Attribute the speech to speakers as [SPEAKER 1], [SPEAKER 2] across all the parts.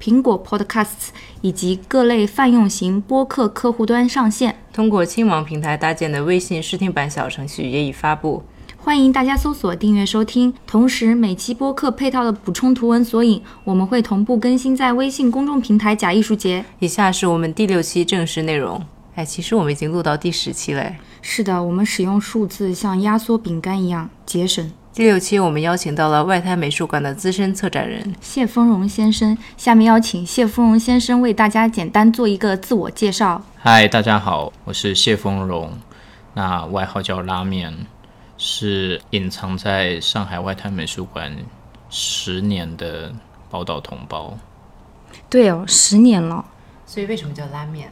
[SPEAKER 1] 苹果 Podcasts 以及各类泛用型播客客户端上线。
[SPEAKER 2] 通过青芒平台搭建的微信试听版小程序也已发布。
[SPEAKER 1] 欢迎大家搜索订阅收听。同时，每期播客配套的补充图文索引，我们会同步更新在微信公众平台“假艺术节
[SPEAKER 2] 以下是我们第六期正式内容。哎，其实我们已经录到第十期了哎。”。
[SPEAKER 1] 是的，我们使用数字像压缩饼干一样节省。
[SPEAKER 2] 第六期我们邀请到了外滩美术馆的资深策展人，
[SPEAKER 1] 谢丰荣先生，下面邀请谢丰荣先生为大家简单做一个自我介绍。
[SPEAKER 3] 嗨，大家好，我是谢丰荣，那外号叫拉面，是隐藏在上海外滩美术馆十年的宝岛同胞。
[SPEAKER 1] 对哦，十年了。
[SPEAKER 2] 所以为什么叫拉面？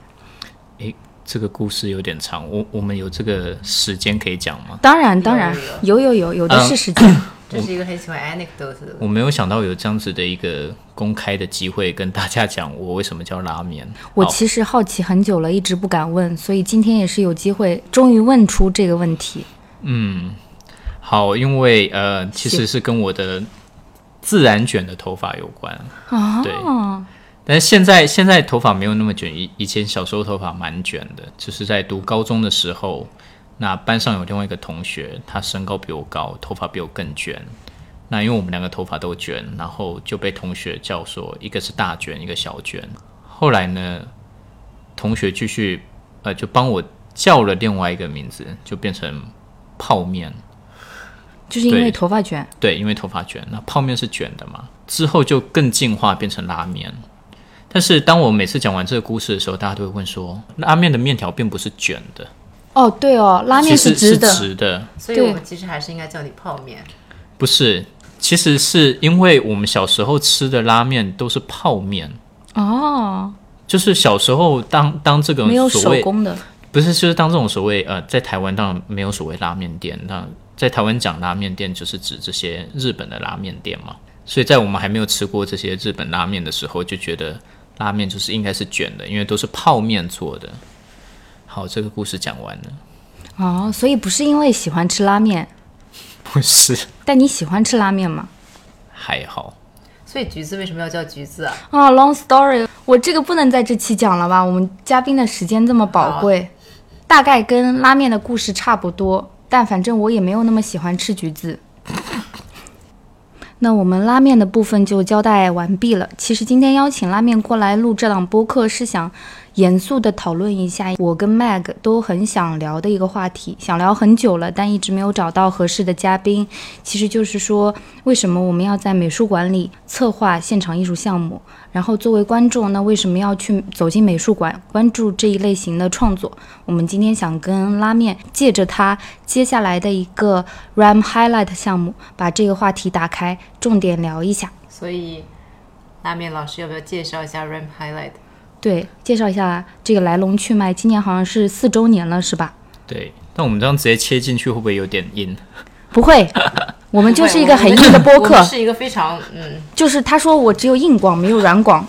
[SPEAKER 3] 这个故事有点长，我我们有这个时间可以讲吗？
[SPEAKER 1] 当然，当然有有有
[SPEAKER 3] 嗯
[SPEAKER 1] 有的是时 间。
[SPEAKER 2] 这是一个很喜欢 anecdote 的。
[SPEAKER 3] 我没有想到有这样子的一个公开的机会跟大家讲我为什么叫拉面。
[SPEAKER 1] 我
[SPEAKER 3] 好
[SPEAKER 1] 其实好奇很久了，一直不敢问，所以今天也是有机会，终于问出这个问题。
[SPEAKER 3] 好，因为呃，其实是跟我的自然卷的头发有关啊。对，但是现在现在头发没有那么卷，以以前小时候头发蛮卷的，就是在读高中的时候，那班上有另外一个同学，他身高比我高，头发比我更卷。那因为我们两个头发都卷，然后就被同学叫说一个是大卷，一个小卷。后来呢，同学继续呃就帮我叫了另外一个名字，就变成泡面。
[SPEAKER 1] 就是因为
[SPEAKER 3] 对
[SPEAKER 1] 头发卷，
[SPEAKER 3] 对，因为头发卷，那泡面是卷的嘛，之后就更进化变成拉面。但是当我每次讲完这个故事的时候，大家都会问说，拉面的面条并不是卷的，
[SPEAKER 1] 哦，对哦，拉面
[SPEAKER 3] 其实
[SPEAKER 1] 直
[SPEAKER 3] 是
[SPEAKER 1] 的，
[SPEAKER 3] 直的，
[SPEAKER 2] 所
[SPEAKER 1] 以我们
[SPEAKER 2] 其实还是应该叫你泡面。
[SPEAKER 3] 不是。其实是因为我们小时候吃的拉面都是泡面，
[SPEAKER 1] 哦，
[SPEAKER 3] 就是小时候当当这个
[SPEAKER 1] 没有
[SPEAKER 3] 所
[SPEAKER 1] 手
[SPEAKER 3] 谓
[SPEAKER 1] 工的，
[SPEAKER 3] 不是，就是当这种所谓呃，在台湾当然没有所谓拉面店，那在台湾讲拉面店就是指这些日本的拉面店嘛。所以在我们还没有吃过这些日本拉面的时候，就觉得拉面就是应该是卷的，因为都是泡面做的。好，这个故事讲完了，
[SPEAKER 1] 哦，所以不是因为喜欢吃拉面，
[SPEAKER 3] 不是
[SPEAKER 1] 但你喜欢吃拉面吗？
[SPEAKER 3] 还好，
[SPEAKER 2] 所以橘子为什么要叫橘子啊？
[SPEAKER 1] 啊、l o n g story，我这个不能在这期讲了吧？我们嘉宾的时间这么宝贵，大概跟拉面的故事差不多，但反正我也没有那么喜欢吃橘子。那我们拉面的部分就交代完毕了。其实今天邀请拉面过来录这档播客，是想严肃的讨论一下我跟 Mag 都很想聊的一个话题，想聊很久了，但一直没有找到合适的嘉宾。其实就是说，为什么我们要在美术馆里策划现场艺术项目？然后作为观众呢，为什么要去走进美术馆关注这一类型的创作？我们今天想跟拉面借着他接下来的一个 RAM Highlight 项目，把这个话题打开，重点聊一下。
[SPEAKER 2] 所以拉面老师要不要介绍一下 Ramp Highlight？
[SPEAKER 1] 对，介绍一下这个来龙去脉。今年好像是四周年了，是吧？
[SPEAKER 3] 对。但我们这样直接切进去会不会有点硬？
[SPEAKER 1] 不 会，我们就是一个很
[SPEAKER 2] 我
[SPEAKER 1] 硬
[SPEAKER 2] 们
[SPEAKER 1] 的播
[SPEAKER 2] 我们
[SPEAKER 1] 客。
[SPEAKER 2] 是一个非常嗯，
[SPEAKER 1] 就是他说我只有硬广，没有软广，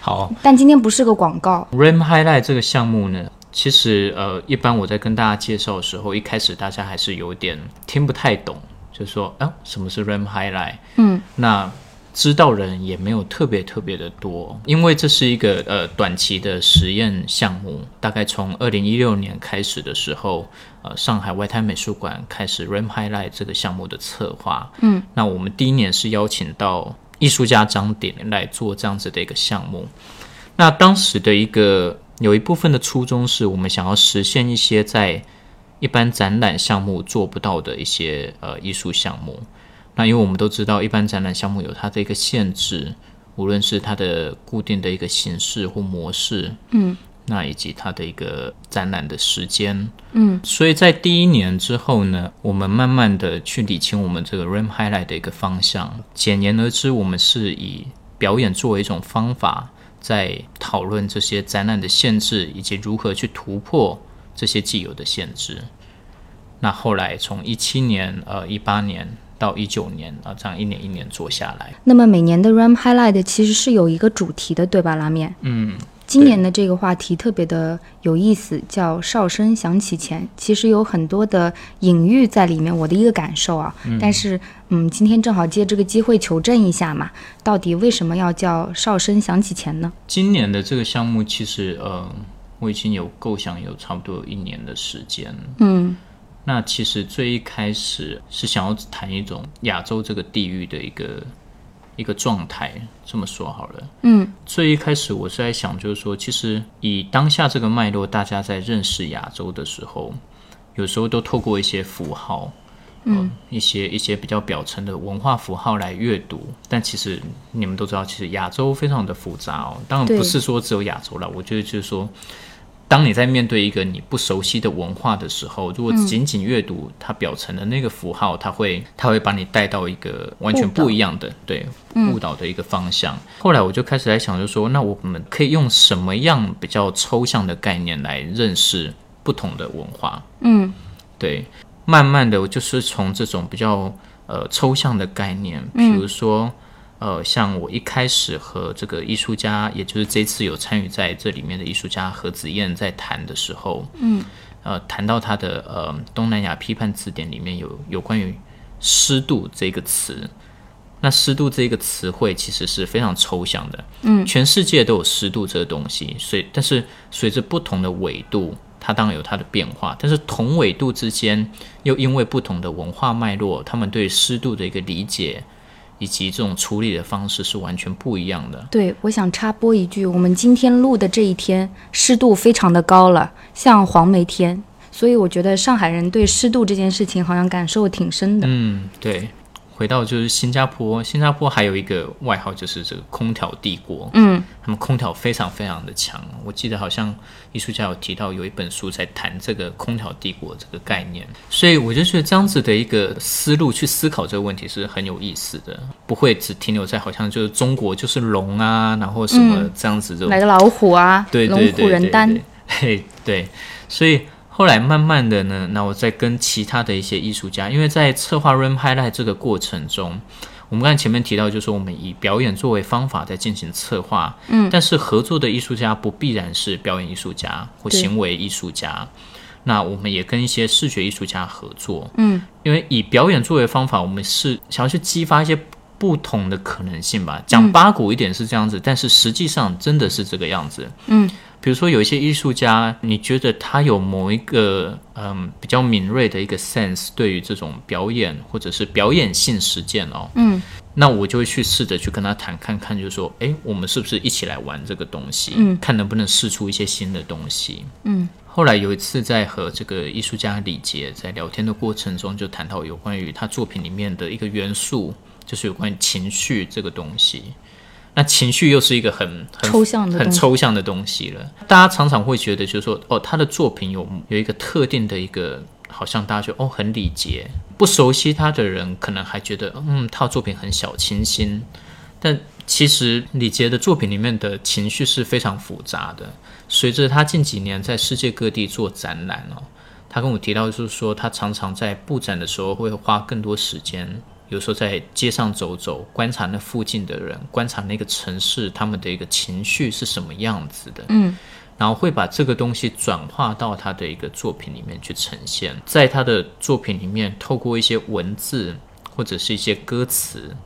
[SPEAKER 3] 好，
[SPEAKER 1] 但今天不是个广告。
[SPEAKER 3] RAM Highlight 这个项目呢，其实呃，一般我在跟大家介绍的时候，一开始大家还是有点听不太懂，就说啊，什么是 RAM Highlight？嗯，那知道人也没有特别特别的多，因为这是一个呃短期的实验项目，大概从二零一六年开始的时候，呃，上海外滩美术馆开始 RAM Highlight 这个项目的策划。嗯，那我们第一年是邀请到艺术家张鼎来做这样子的一个项目。那当时的一个有一部分的初衷是我们想要实现一些在一般展览项目做不到的一些呃艺术项目。那因为我们都知道，一般展览项目有它的一个限制，无论是它的固定的一个形式或模式，嗯，那以及它的一个展览的时间，嗯，所以在第一年之后呢，我们慢慢的去理清我们这个 RAM Highlight 的一个方向。简言而之，我们是以表演作为一种方法，在讨论这些展览的限制，以及如何去突破这些既有的限制。那后来从一七年、呃一八年到一九年啊、呃这样一年一年做下来，
[SPEAKER 1] 那么每年的 RAM Highlight 其实是有一个主题的，对吧？拉面，
[SPEAKER 3] 嗯，
[SPEAKER 1] 今年的这个话题特别的有意思，叫“哨声响起前”，其实有很多的隐喻在里面。我的一个感受啊，但是嗯，今天正好借这个机会求证一下嘛，到底为什么要叫“哨声响起前”呢？
[SPEAKER 3] 今年的这个项目其实呃我已经有构想有差不多有一年的时间，
[SPEAKER 1] 嗯
[SPEAKER 3] 那其实最一开始是想要谈一种亚洲这个地域的一个一个状态，这么说好了。
[SPEAKER 1] 嗯
[SPEAKER 3] 最一开始我是在想，就是说，其实以当下这个脉络，大家在认识亚洲的时候，有时候都透过一些符号，嗯，一些一些比较表层的文化符号来阅读。但其实你们都知道，其实亚洲非常的复杂哦。当然
[SPEAKER 1] 对
[SPEAKER 3] 不是说只有亚洲啦，我觉得就是说，当你在面对一个你不熟悉的文化的时候，如果仅仅阅读它表层的那个符号，它会它会把你带到一个完全
[SPEAKER 1] 误导
[SPEAKER 3] 不一样的对误导的一个方向。后来我就开始在想，就说那我们可以用什么样比较抽象的概念来认识不同的文化？
[SPEAKER 1] 嗯，
[SPEAKER 3] 对，慢慢的，我就是从这种比较呃抽象的概念，比如说、呃，像我一开始和这个艺术家，也就是这次有参与在这里面的艺术家何子燕在谈的时候，嗯，呃，谈到他的呃东南亚批判词典里面有有关于湿度这个词。那湿度这个词汇其实是非常抽象的，嗯，全世界都有湿度这个东西，所以但是随着不同的纬度，它当然有它的变化，但是同纬度之间又因为不同的文化脉络，他们对湿度的一个理解以及这种处理的方式是完全不一样的。
[SPEAKER 1] 对，我想插播一句，我们今天录的这一天湿度非常的高了，像黄梅天，所以我觉得上海人对湿度这件事情好像感受挺深的。
[SPEAKER 3] 嗯，对。回到就是新加坡，新加坡还有一个外号就是这个空调帝国，
[SPEAKER 1] 嗯，
[SPEAKER 3] 他们空调非常非常的强。我记得好像艺术家有提到有一本书在谈这个空调帝国这个概念，所以我就觉得这样子的一个思路去思考这个问题是很有意思的，不会只停留在好像就是中国就是龙啊，然后什么这样子这种
[SPEAKER 1] 来个老虎啊，
[SPEAKER 3] 对
[SPEAKER 1] 龙
[SPEAKER 3] 对
[SPEAKER 1] 虎
[SPEAKER 3] 对
[SPEAKER 1] 人
[SPEAKER 3] 对
[SPEAKER 1] 丹
[SPEAKER 3] 对，，嘿对，所以后来慢慢的呢，那我在跟其他的一些艺术家，因为在策划 Run Highlight 这个过程中，我们刚才前面提到，就是我们以表演作为方法在进行策划，嗯，但是合作的艺术家不必然是表演艺术家或
[SPEAKER 1] 对
[SPEAKER 3] 行为艺术家。那我们也跟一些视觉艺术家合作，
[SPEAKER 1] 嗯，
[SPEAKER 3] 因为以表演作为方法，我们是想要去激发一些不同的可能性吧。
[SPEAKER 1] 嗯
[SPEAKER 3] 讲八股一点是这样子，但是实际上真的是这个样子。比如说有一些艺术家，你觉得他有某一个嗯比较敏锐的一个 sense，对于这种表演或者是表演性实践哦，
[SPEAKER 1] 嗯，
[SPEAKER 3] 那我就会去试着去跟他谈，看看就是说，诶，我们是不是一起来玩这个东西？
[SPEAKER 1] 嗯
[SPEAKER 3] 看能不能试出一些新的东西。
[SPEAKER 1] 嗯，
[SPEAKER 3] 后来有一次在和这个艺术家李杰在聊天的过程中，就谈到有关于他作品里面的一个元素，就是有关于情绪这个东西。那情绪又是一个很很
[SPEAKER 1] 抽象的
[SPEAKER 3] 很
[SPEAKER 1] 东西。
[SPEAKER 3] 抽象的东西了。大家常常会觉得，就是说，哦，他的作品有有一个特定的一个，好像大家觉得哦很礼节。不熟悉他的人，可能还觉得，嗯，他的作品很小清新。但其实李杰的作品里面的情绪是非常复杂的。随着他近几年在世界各地做展览哦，他跟我提到就是说，他常常在布展的时候会花更多时间，有时候在街上走走，观察那附近的人，观察那个城市他们的一个情绪是什么样子的。
[SPEAKER 1] 嗯，
[SPEAKER 3] 然后会把这个东西转化到他的一个作品里面去呈现，在他的作品里面，透过一些文字或者是一些歌词，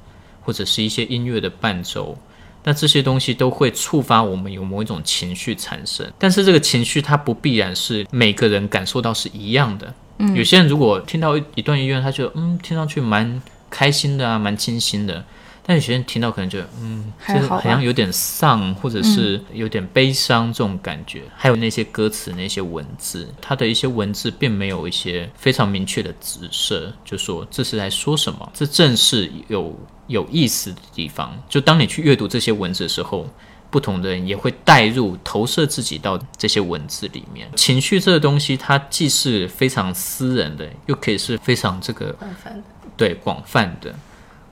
[SPEAKER 3] 或者是一些音乐的伴奏。那这些东西都会触发我们有某一种情绪产生，但是这个情绪它不必然是每个人感受到是一样的。嗯，有些人如果听到一一段音乐，他觉得嗯听上去蛮开心的啊，蛮清新的。但有些人听到可能觉得嗯，
[SPEAKER 1] 还
[SPEAKER 3] 就是
[SPEAKER 1] 好
[SPEAKER 3] 好
[SPEAKER 1] 吧嗯
[SPEAKER 3] 像有点丧，或者是有点悲伤这种感觉。还有那些歌词、那些文字，它的一些文字并没有一些非常明确的指涉，就说这是在说什么。这正是有有意思的地方。就当你去阅读这些文字的时候，不同的人也会带入、投射自己到这些文字里面。情绪这个东西，它既是非常私人的，又可以是非常这个
[SPEAKER 2] 泛泛的。
[SPEAKER 3] 对广泛的。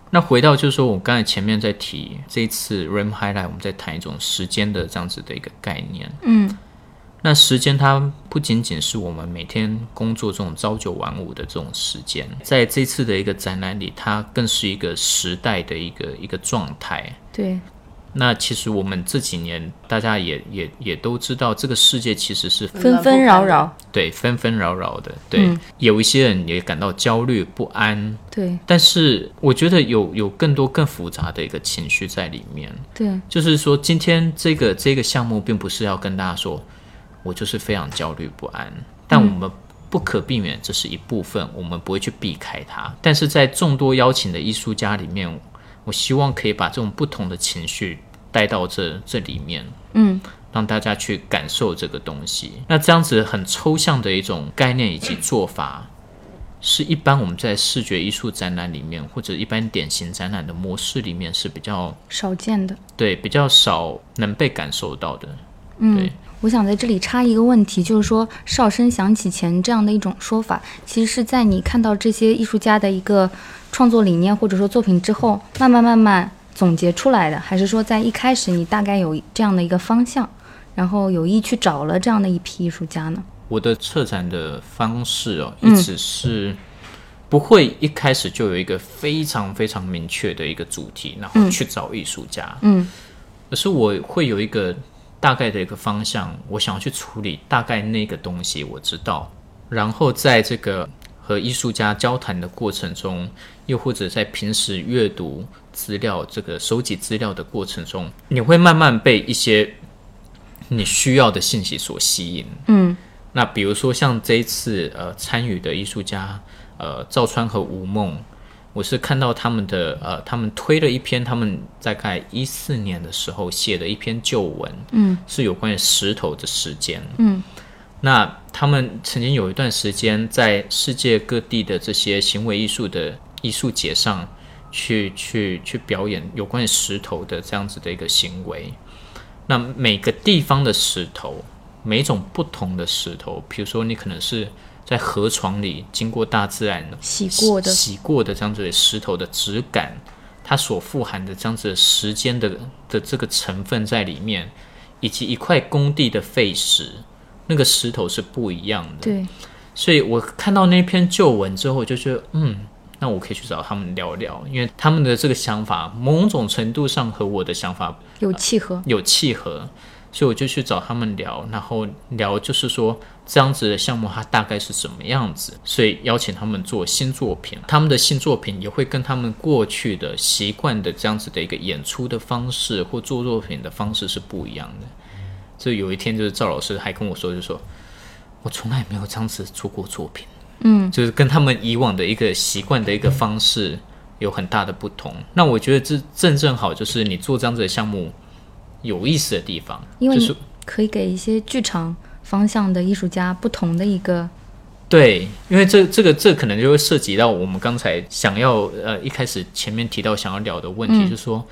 [SPEAKER 3] 那回到就是说我刚才前面在提这一次 RAM highlight，我们在谈一种时间的这样子的一个概念。
[SPEAKER 1] 嗯
[SPEAKER 3] 那时间它不仅仅是我们每天工作这种朝九晚五的这种时间，在这次的一个展览里，它更是一个时代的一个一个状态。
[SPEAKER 1] 对，
[SPEAKER 3] 那其实我们这几年大家也也也都知道，这个世界其实是
[SPEAKER 1] 纷纷扰扰，
[SPEAKER 3] 对纷纷扰扰的，对，
[SPEAKER 1] 嗯
[SPEAKER 3] 有一些人也感到焦虑不安，
[SPEAKER 1] 对
[SPEAKER 3] 但是我觉得有有更多更复杂的一个情绪在里面。
[SPEAKER 1] 对
[SPEAKER 3] 就是说，今天这个这个项目并不是要跟大家说，我就是非常焦虑不安，但我们不可避免，这是一部分，我们不会去避开它。但是在众多邀请的艺术家里面，我希望可以把这种不同的情绪带到这这里面，
[SPEAKER 1] 嗯，
[SPEAKER 3] 让大家去感受这个东西。那这样子很抽象的一种概念以及做法。是一般我们在视觉艺术展览里面，或者一般典型展览的模式里面是比较
[SPEAKER 1] 少见的。
[SPEAKER 3] 对，比较少能被感受到的。
[SPEAKER 1] 嗯
[SPEAKER 3] 对，
[SPEAKER 1] 我想在这里插一个问题，就是说“哨声响起前”这样的一种说法，其实是在你看到这些艺术家的一个创作理念或者说作品之后，慢慢慢慢总结出来的，还是说在一开始你大概有这样的一个方向，然后有意去找了这样的一批艺术家呢？
[SPEAKER 3] 我的策展的方式哦，一直是不会一开始就有一个非常非常明确的一个主题，然后去找艺术家，
[SPEAKER 1] 嗯
[SPEAKER 3] 而是我会有一个大概的一个方向，我想要去处理大概那个东西，我知道，然后在这个和艺术家交谈的过程中，又或者在平时阅读资料、这个收集资料的过程中，你会慢慢被一些你需要的信息所吸引。
[SPEAKER 1] 嗯
[SPEAKER 3] 那比如说像这一次呃参与的艺术家呃赵川和吴梦，我是看到他们的呃他们推了一篇他们大概一四年的时候写的一篇旧文，
[SPEAKER 1] 嗯，
[SPEAKER 3] 是有关于石头的时间，
[SPEAKER 1] 嗯，
[SPEAKER 3] 那他们曾经有一段时间在世界各地的这些行为艺术的艺术节上去去去表演有关于石头的这样子的一个行为，那每个地方的石头，每种不同的石头，比如说你可能是在河床里经过大自然
[SPEAKER 1] 洗过的
[SPEAKER 3] 洗过的这样子的石头的质感，它所富含的这样子的时间的的这个成分在里面，以及一块工地的废石，那个石头是不一样的。
[SPEAKER 1] 对，
[SPEAKER 3] 所以我看到那篇旧文之后，我就觉得，嗯，那我可以去找他们聊聊，因为他们的这个想法，某种程度上和我的想法
[SPEAKER 1] 有契合。
[SPEAKER 3] 有契合，所以我就去找他们聊，然后聊就是说这样子的项目它大概是怎么样子，所以邀请他们做新作品，他们的新作品也会跟他们过去的习惯的这样子的一个演出的方式或做作品的方式是不一样的。就有一天，就是赵老师还跟我说，就说我从来没有这样子做过作品，
[SPEAKER 1] 嗯，
[SPEAKER 3] 就是跟他们以往的一个习惯的一个方式有很大的不同。那我觉得这正正好就是你做这样子的项目有意思的地方，
[SPEAKER 1] 因为
[SPEAKER 3] 就
[SPEAKER 1] 你
[SPEAKER 3] 是
[SPEAKER 1] 可以给一些剧场方向的艺术家不同的一个，
[SPEAKER 3] 对，因为这这个这可能就会涉及到我们刚才想要呃一开始前面提到想要聊的问
[SPEAKER 1] 嗯
[SPEAKER 3] 题，就是说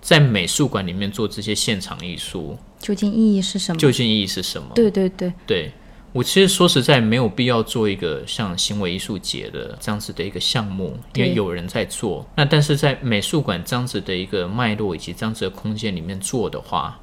[SPEAKER 3] 在美术馆里面做这些现场艺术
[SPEAKER 1] 究竟意义是什么？
[SPEAKER 3] 究竟意义是什么？
[SPEAKER 1] 对对对，
[SPEAKER 3] 对我其实说实在没有必要做一个像行为艺术节的这样子的一个项目，因为
[SPEAKER 1] 对
[SPEAKER 3] 有人在做。那但是在美术馆这样子的一个脉络以及这样子的空间里面做的话，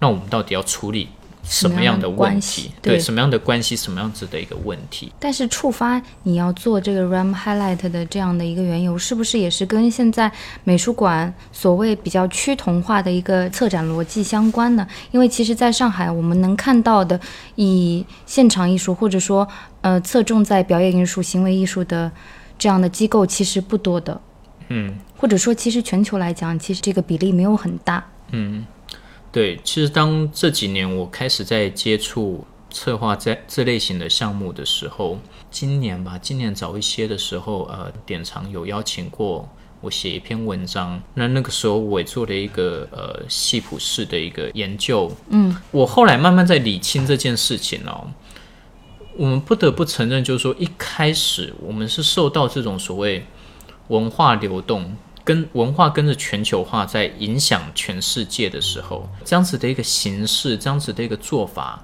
[SPEAKER 3] 那我们到底要处理什么样的问
[SPEAKER 1] 什么样的关
[SPEAKER 3] 题？
[SPEAKER 1] 系对
[SPEAKER 3] 什么样的关系，什么样子的一个问题？
[SPEAKER 1] 但是触发你要做这个 RAM highlight 的这样的一个缘由，是不是也是跟现在美术馆所谓比较趋同化的一个策展逻辑相关呢？因为其实在上海，我们能看到的以现场艺术或者说呃侧重在表演艺术、行为艺术的这样的机构其实不多的，
[SPEAKER 3] 嗯
[SPEAKER 1] 或者说其实全球来讲，其实这个比例没有很大。
[SPEAKER 3] 嗯，对。其实当这几年我开始在接触策划这这类型的项目的时候，今年吧，今年早一些的时候，呃，典藏有邀请过我写一篇文章。那那个时候我也做了一个呃系谱式的一个研究。嗯，我后来慢慢在理清这件事情哦。我们不得不承认，就是说一开始我们是受到这种所谓文化流动。跟文化跟着全球化在影响全世界的时候，这样子的一个形式，这样子的一个做法，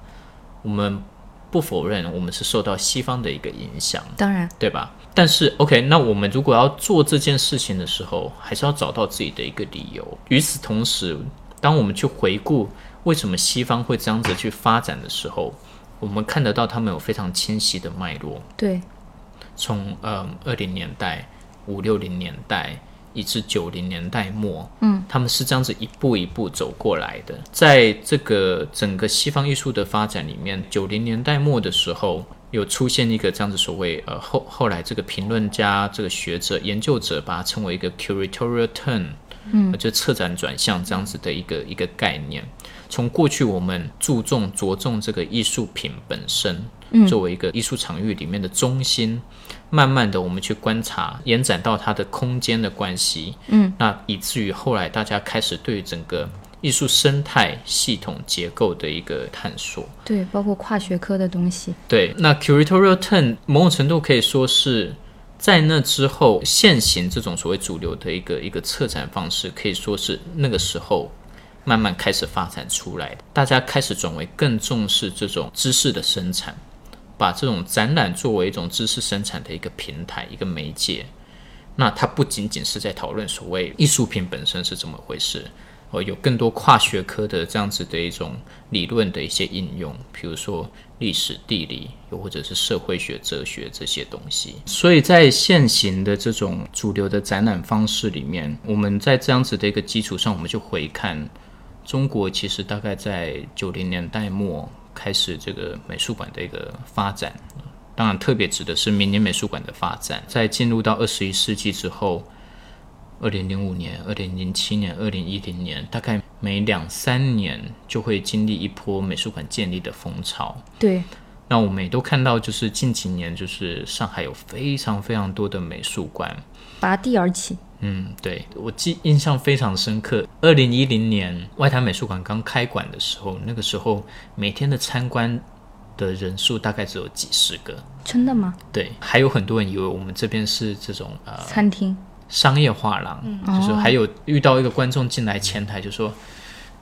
[SPEAKER 3] 我们不否认我们是受到西方的一个影响，
[SPEAKER 1] 当然，
[SPEAKER 3] 对吧？但是 OK，那我们如果要做这件事情的时候，还是要找到自己的一个理由。与此同时，当我们去回顾为什么西方会这样子去发展的时候，我们看得到他们有非常清晰的脉络。
[SPEAKER 1] 对，
[SPEAKER 3] 从呃二零年代、五六零年代，一至九零年代末，嗯，他们是这样子一步一步走过来的。在这个整个西方艺术的发展里面，九零年代末的时候，有出现一个这样子所谓呃后后来这个评论家、这个学者、研究者把它称为一个 curatorial turn，嗯，就策展转向这样子的一个一个概念。从过去我们注重着重这个艺术品本身，作为一个艺术场域里面的中心，慢慢的我们去观察，延展到它的空间的关系，嗯，那以至于后来大家开始对整个艺术生态系统结构的一个探索。
[SPEAKER 1] 对，包括跨学科的东西，
[SPEAKER 3] 对，那 curatorial turn 某种程度可以说是在那之后，现行这种所谓主流的一个一个策展方式，可以说是那个时候慢慢开始发展出来的。大家开始转为更重视这种知识的生产，把这种展览作为一种知识生产的一个平台、一个媒介。那它不仅仅是在讨论所谓艺术品本身是怎么回事，呃，有更多跨学科的这样子的一种理论的一些应用，比如说历史、地理，又或者是社会学、哲学这些东西。所以在现行的这种主流的展览方式里面，我们在这样子的一个基础上，我们就回看中国，其实大概在九零年代末开始这个美术馆的一个发展。当然，特别指的是民间美术馆的发展。在进入到二十一世纪之后，二零零五年、二零零七年、二零一零年，大概每两三年就会经历一波美术馆建立的风潮。
[SPEAKER 1] 对，
[SPEAKER 3] 那我们也都看到，就是近几年，就是上海有非常非常多的美术馆。
[SPEAKER 1] 拔地而起，
[SPEAKER 3] 嗯，对我记印象非常深刻。二零一零年外滩美术馆刚开馆的时候，那个时候每天的参观的人数大概只有几十个。
[SPEAKER 1] 真的吗？
[SPEAKER 3] 对，还有很多人以为我们这边是这种呃
[SPEAKER 1] 餐厅，
[SPEAKER 3] 商业画廊，就是还有遇到一个观众进来前台就说：“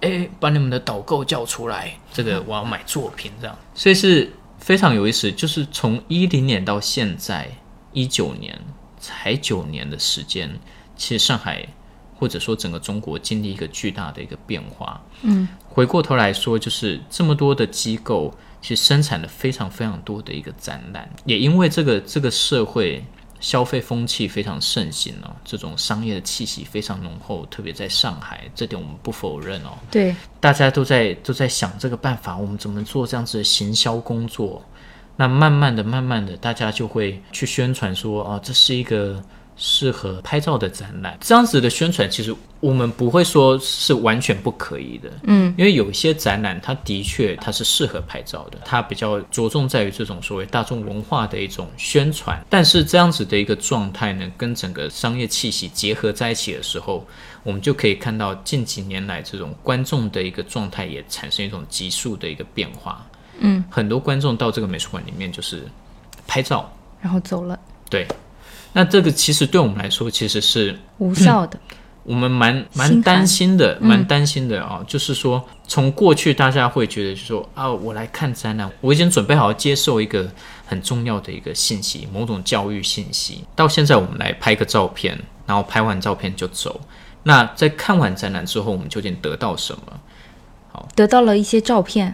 [SPEAKER 3] 哎、把你们的导购叫出来，这个我要买作品。”这样，所以是非常有意思。就是从一零年到现在一九年，才九年的时间，其实上海或者说整个中国经历一个巨大的一个变化。嗯，回过头来说，就是这么多的机构。其实生产了非常非常多的一个展览，也因为这个这个社会消费风气非常盛行哦，这种商业的气息非常浓厚，特别在上海，这点我们不否认哦。
[SPEAKER 1] 对，
[SPEAKER 3] 大家都在都在想这个办法，我们怎么做这样子的行销工作？那慢慢的、慢慢的，大家就会去宣传说，哦，这是一个适合拍照的展览。这样子的宣传，其实我们不会说是完全不可以的，嗯，因为有一些展览，它的确它是适合拍照的，它比较着重在于这种所谓大众文化的一种宣传。但是这样子的一个状态呢，跟整个商业气息结合在一起的时候，我们就可以看到近几年来这种观众的一个状态也产生一种急速的一个变化。嗯，很多观众到这个美术馆里面就是拍照，
[SPEAKER 1] 然后走了，
[SPEAKER 3] 对。那这个其实对我们来说，其实是
[SPEAKER 1] 无效的，
[SPEAKER 3] 我们蛮
[SPEAKER 1] 心
[SPEAKER 3] 蛮
[SPEAKER 1] 寒嗯
[SPEAKER 3] 担心的，蛮担心的啊、就是说，从过去大家会觉得，就说啊，我来看展览，我已经准备好接受一个很重要的一个信息，某种教育信息。到现在，我们来拍个照片，然后拍完照片就走。那在看完展览之后，我们究竟得到什么？
[SPEAKER 1] 得到了一些照片，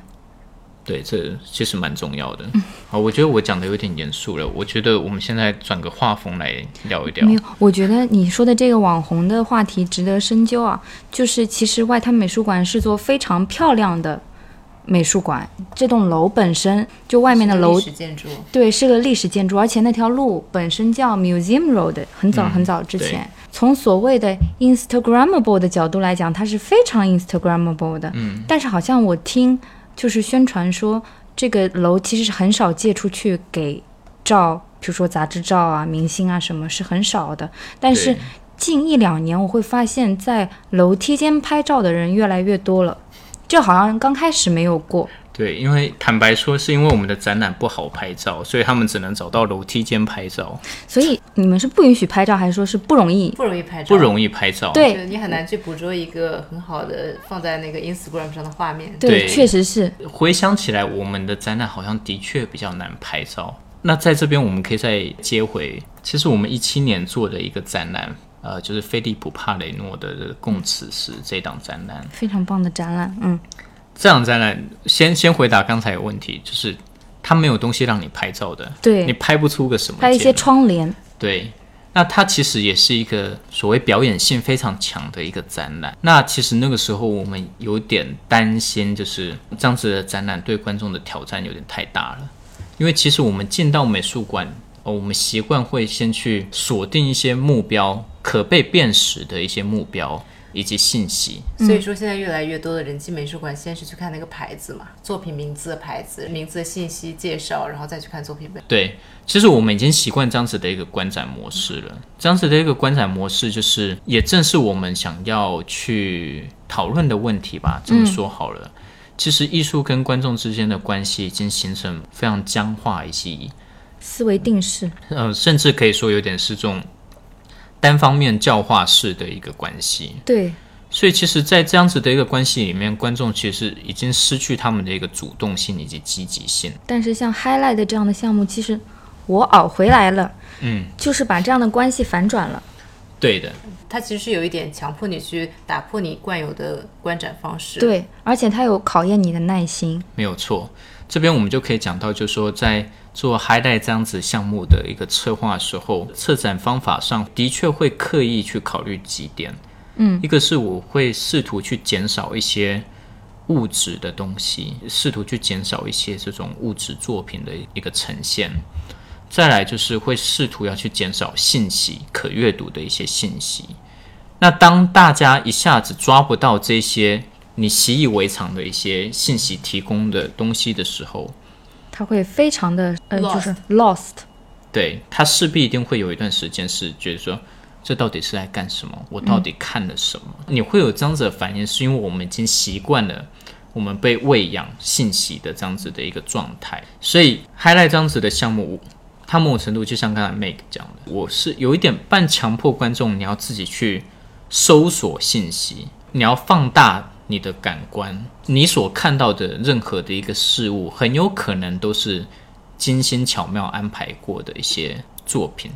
[SPEAKER 3] 对，这其实蛮重要的。
[SPEAKER 1] 嗯
[SPEAKER 3] 好，我觉得我讲的有点严肃了。我觉得我们现在转个画风来聊一聊
[SPEAKER 1] 没。有，我觉得你说的这个网红的话题值得深究啊。就是其实外滩美术馆是座非常漂亮的美术馆，这栋楼本身就外面的楼
[SPEAKER 2] 历史建筑，
[SPEAKER 1] 对，是个历史建筑，而且那条路本身叫 Museum Road，很早很早之前。从所谓的 Instagrammable 的角度来讲，它是非常 Instagrammable 的。嗯，但是好像我听就是宣传说，这个楼其实是很少借出去给照，比如说杂志照啊、明星啊什么，是很少的。但是
[SPEAKER 3] 对
[SPEAKER 1] 近一两年，我会发现，在楼梯间拍照的人越来越多了，这好像刚开始没有过。
[SPEAKER 3] 对，因为坦白说，是因为我们的展览不好拍照，所以他们只能找到楼梯间拍照，
[SPEAKER 1] 所以你们是不允许拍照，还是说是不容易？
[SPEAKER 2] 不容易拍照，
[SPEAKER 3] 不容易拍照。
[SPEAKER 1] 对
[SPEAKER 2] 就你很难去捕捉一个很好的放在那个 Instagram 上的画面。
[SPEAKER 3] 对
[SPEAKER 1] 确实是。
[SPEAKER 3] 回想起来，我们的展览好像的确比较难拍照。那在这边，我们可以再接回，其实我们一七年做的一个展览，呃，就是菲利普·帕雷诺的《供词诗》这档展览。
[SPEAKER 1] 非常棒的展览，嗯，
[SPEAKER 3] 这档展览，先先回答刚才有问题，就是它没有东西让你拍照的，
[SPEAKER 1] 对
[SPEAKER 3] 你拍不出个什么结
[SPEAKER 1] 还有
[SPEAKER 3] 论。
[SPEAKER 1] 一些窗帘，
[SPEAKER 3] 对，那它其实也是一个所谓表演性非常强的一个展览。那其实那个时候我们有点担心，就是这样子的展览对观众的挑战有点太大了，因为其实我们进到美术馆，哦，我们习惯会先去锁定一些目标，可被辨识的一些目标以及信息。
[SPEAKER 2] 所以
[SPEAKER 1] 嗯
[SPEAKER 2] 说，现在越来越多的人进美术馆，先是去看那个牌子嘛，作品名字的牌子、名字的信息介绍，然后再去看作品本。
[SPEAKER 3] 对，其实我们已经习惯这样子的一个观展模式了。这样子的一个观展模式，就是也正是我们想要去讨论的问题吧。这么说好了，其实艺术跟观众之间的关系已经形成非常僵化，以及
[SPEAKER 1] 思维定式，
[SPEAKER 3] 呃，甚至可以说有点是这种单方面教化式的一个关系。
[SPEAKER 1] 对，
[SPEAKER 3] 所以，其实，在这样子的一个关系里面，观众其实已经失去他们的一个主动性以及积极性。
[SPEAKER 1] 但是像 Highlight 这样的项目，其实我熬回来了，
[SPEAKER 3] 嗯，
[SPEAKER 1] 就是把这样的关系反转了，
[SPEAKER 3] 对的，
[SPEAKER 2] 它其实是有一点强迫你去打破你惯有的观展方式。，
[SPEAKER 1] 对，而且它有考验你的耐心，
[SPEAKER 3] 没有错。这边我们就可以讲到，就是说在做 High d 这样子项目的一个策划的时候，策展方法上的确会刻意去考虑几点。嗯，一个是我会试图去减少一些物质的东西，试图去减少一些这种物质作品的一个呈现。再来就是会试图要去减少信息可阅读的一些信息。那当大家一下子抓不到这些你习以为常的一些信息提供的东西的时候，
[SPEAKER 1] 它会非常的呃，
[SPEAKER 2] Lost
[SPEAKER 1] 就是 lost，
[SPEAKER 3] 对他势必一定会有一段时间是觉得说，这到底是在干什么？我到底看了什么？你会有这样子的反应，是因为我们已经习惯了我们被喂养信息的这样子的一个状态。所以 highlight 这样子的项目，它某种程度就像刚才 Make 讲的，我是有一点半强迫观众，你要自己去搜索信息，你要放大。你的感官，你所看到的任何的一个事物，很有可能都是精心巧妙安排过的一些作品。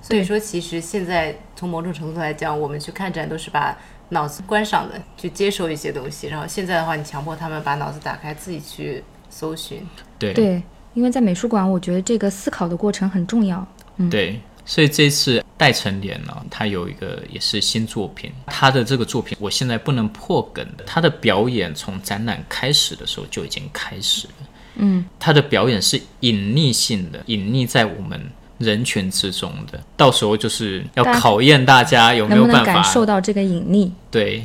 [SPEAKER 2] 所以说其实现在从某种程度来讲，我们去看展都是把脑子关上的，去接受一些东西。然后现在的话，你强迫他们把脑子打开，自己去搜寻。
[SPEAKER 3] 对
[SPEAKER 1] 对，因为在美术馆，我觉得这个思考的过程很重要，
[SPEAKER 3] 对所以这次戴成莲呢、他有一个也是新作品，他的这个作品我现在不能破梗的，他的表演从展览开始的时候就已经开始了。嗯，他的表演是隐匿性的，隐匿在我们人群之中的，到时候就是要
[SPEAKER 1] 大家
[SPEAKER 3] 考验大家有没
[SPEAKER 1] 能
[SPEAKER 3] 有
[SPEAKER 1] 不能
[SPEAKER 3] 办
[SPEAKER 1] 感
[SPEAKER 3] 法
[SPEAKER 1] 受到这个隐匿？
[SPEAKER 3] 对，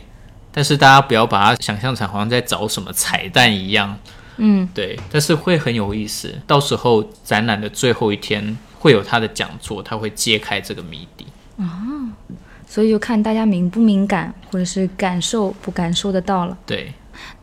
[SPEAKER 3] 但是大家不要把它想象成好像在找什么彩蛋一样。嗯，对，但是会很有意思。到时候展览的最后一天会有他的讲座，他会揭开这个谜底。
[SPEAKER 1] 所以就看大家敏不敏感，或者是感受不感受得到了。
[SPEAKER 3] 对，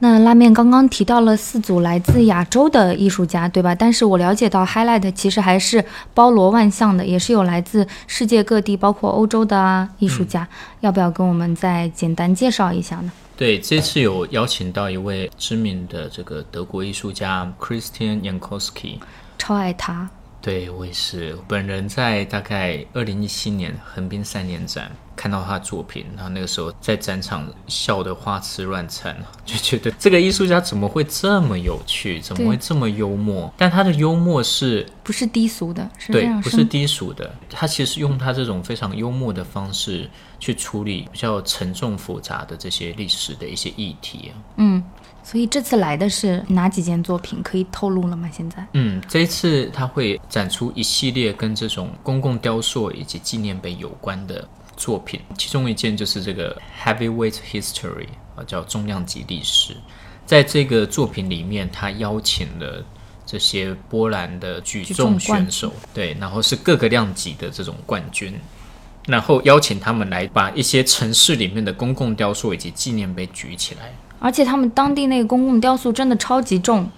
[SPEAKER 1] 那拉面刚刚提到了四组来自亚洲的艺术家，对吧？但是我了解到 Highlight 其实还是包罗万象的，也是有来自世界各地，包括欧洲的啊艺术家。
[SPEAKER 3] 嗯
[SPEAKER 1] 要不要跟我们再简单介绍一下呢？
[SPEAKER 3] 对，这次有邀请到一位知名的这个德国艺术家 Christian Jankowski。
[SPEAKER 1] 超爱他，
[SPEAKER 3] 对我也是，本人在大概二零一七年横滨三年展看到他的作品，然后那个时候在展场笑得花枝乱颤，就觉得这个艺术家怎么会这么有趣，怎么会这么幽默？但他的幽默是
[SPEAKER 1] 不是低俗的，是非
[SPEAKER 3] 对，
[SPEAKER 1] 常
[SPEAKER 3] 不是
[SPEAKER 1] 深。
[SPEAKER 3] 低俗的，他其实用他这种非常幽默的方式去处理比较沉重复杂的这些历史的一些议题啊。
[SPEAKER 1] 所以这次来的是哪几件作品？可以透露了吗？现在
[SPEAKER 3] 嗯，这一次他会展出一系列跟这种公共雕塑以及纪念碑有关的作品，其中一件就是这个 Heavyweight History 啊，叫重量级历史。在这个作品里面，他邀请了这些波兰的举
[SPEAKER 1] 举重
[SPEAKER 3] 重选手，对，然后是各个量级的这种冠军，然后邀请他们来把一些城市里面的公共雕塑以及纪念碑举起来。
[SPEAKER 1] 而且他们当地那个公共雕塑真的超级重，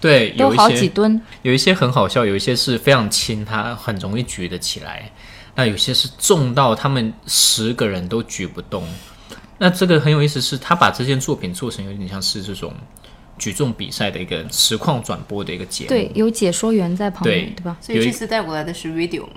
[SPEAKER 3] 对，
[SPEAKER 1] 都
[SPEAKER 3] 有一
[SPEAKER 1] 好几
[SPEAKER 3] 些
[SPEAKER 1] 吨。
[SPEAKER 3] 有一些很好笑，有一些是非常轻，它很容易举得起来；那有些是重到他们十个人都举不动。那这个很有意思是，他把这件作品做成有点像是这种举重比赛的一个实况转播的一个节目。
[SPEAKER 1] 对，有解说员在旁边，
[SPEAKER 3] 对
[SPEAKER 1] 对吧？
[SPEAKER 2] 所以
[SPEAKER 3] 有一
[SPEAKER 2] 这次带过来的是 video 嘛？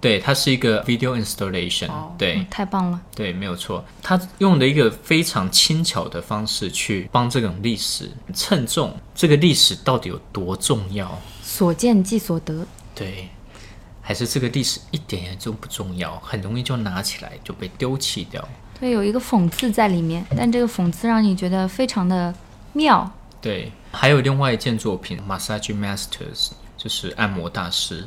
[SPEAKER 3] 对，它是一个 video installation、对
[SPEAKER 1] 嗯，太棒了。
[SPEAKER 3] 对，没有错。他用的一个非常轻巧的方式去帮这种历史称重，这个历史到底有多重要？
[SPEAKER 1] 所见即所得，
[SPEAKER 3] 对，还是这个历史一点也都不重要，很容易就拿起来就被丢弃掉。
[SPEAKER 1] 对，有一个讽刺在里面，但这个讽刺让你觉得非常的妙。
[SPEAKER 3] 对，还有另外一件作品《Massage Masters》，就是按摩大师。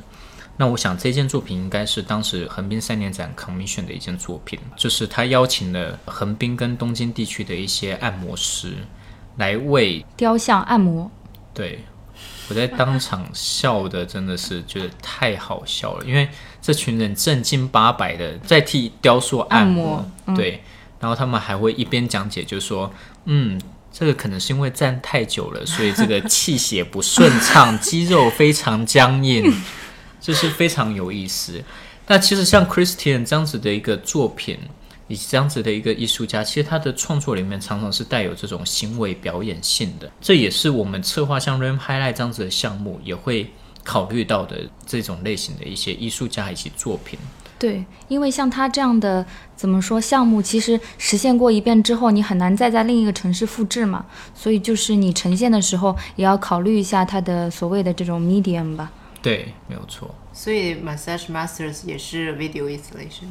[SPEAKER 3] 那我想这件作品应该是当时横滨三年展 commission 的一件作品，就是他邀请了横滨跟东京地区的一些按摩师来为
[SPEAKER 1] 雕像按摩，
[SPEAKER 3] 对，我在当场笑的真的是觉得太好笑了，因为这群人正经八百的在替雕塑按摩，嗯对，然后他们还会一边讲解，就说，嗯。这个可能是因为站太久了，所以这个气血不顺畅，肌肉非常僵 硬，就是非常有意思。那其实像 Christian 这样子的一个作品，以及这样子的一个艺术家，其实他的创作里面常常是带有这种行为表演性的，这也是我们策划像 Ram Highlight 这样子的项目也会考虑到的这种类型的一些艺术家以及作品。
[SPEAKER 1] 对，因为像他这样的怎么说项目，其实实现过一遍之后，你很难再在另一个城市复制嘛，所以就是你呈现的时候，也要考虑一下它的所谓的这种 medium 吧。
[SPEAKER 3] 对，没有错。
[SPEAKER 2] 所以 massage masters 也是 video installation。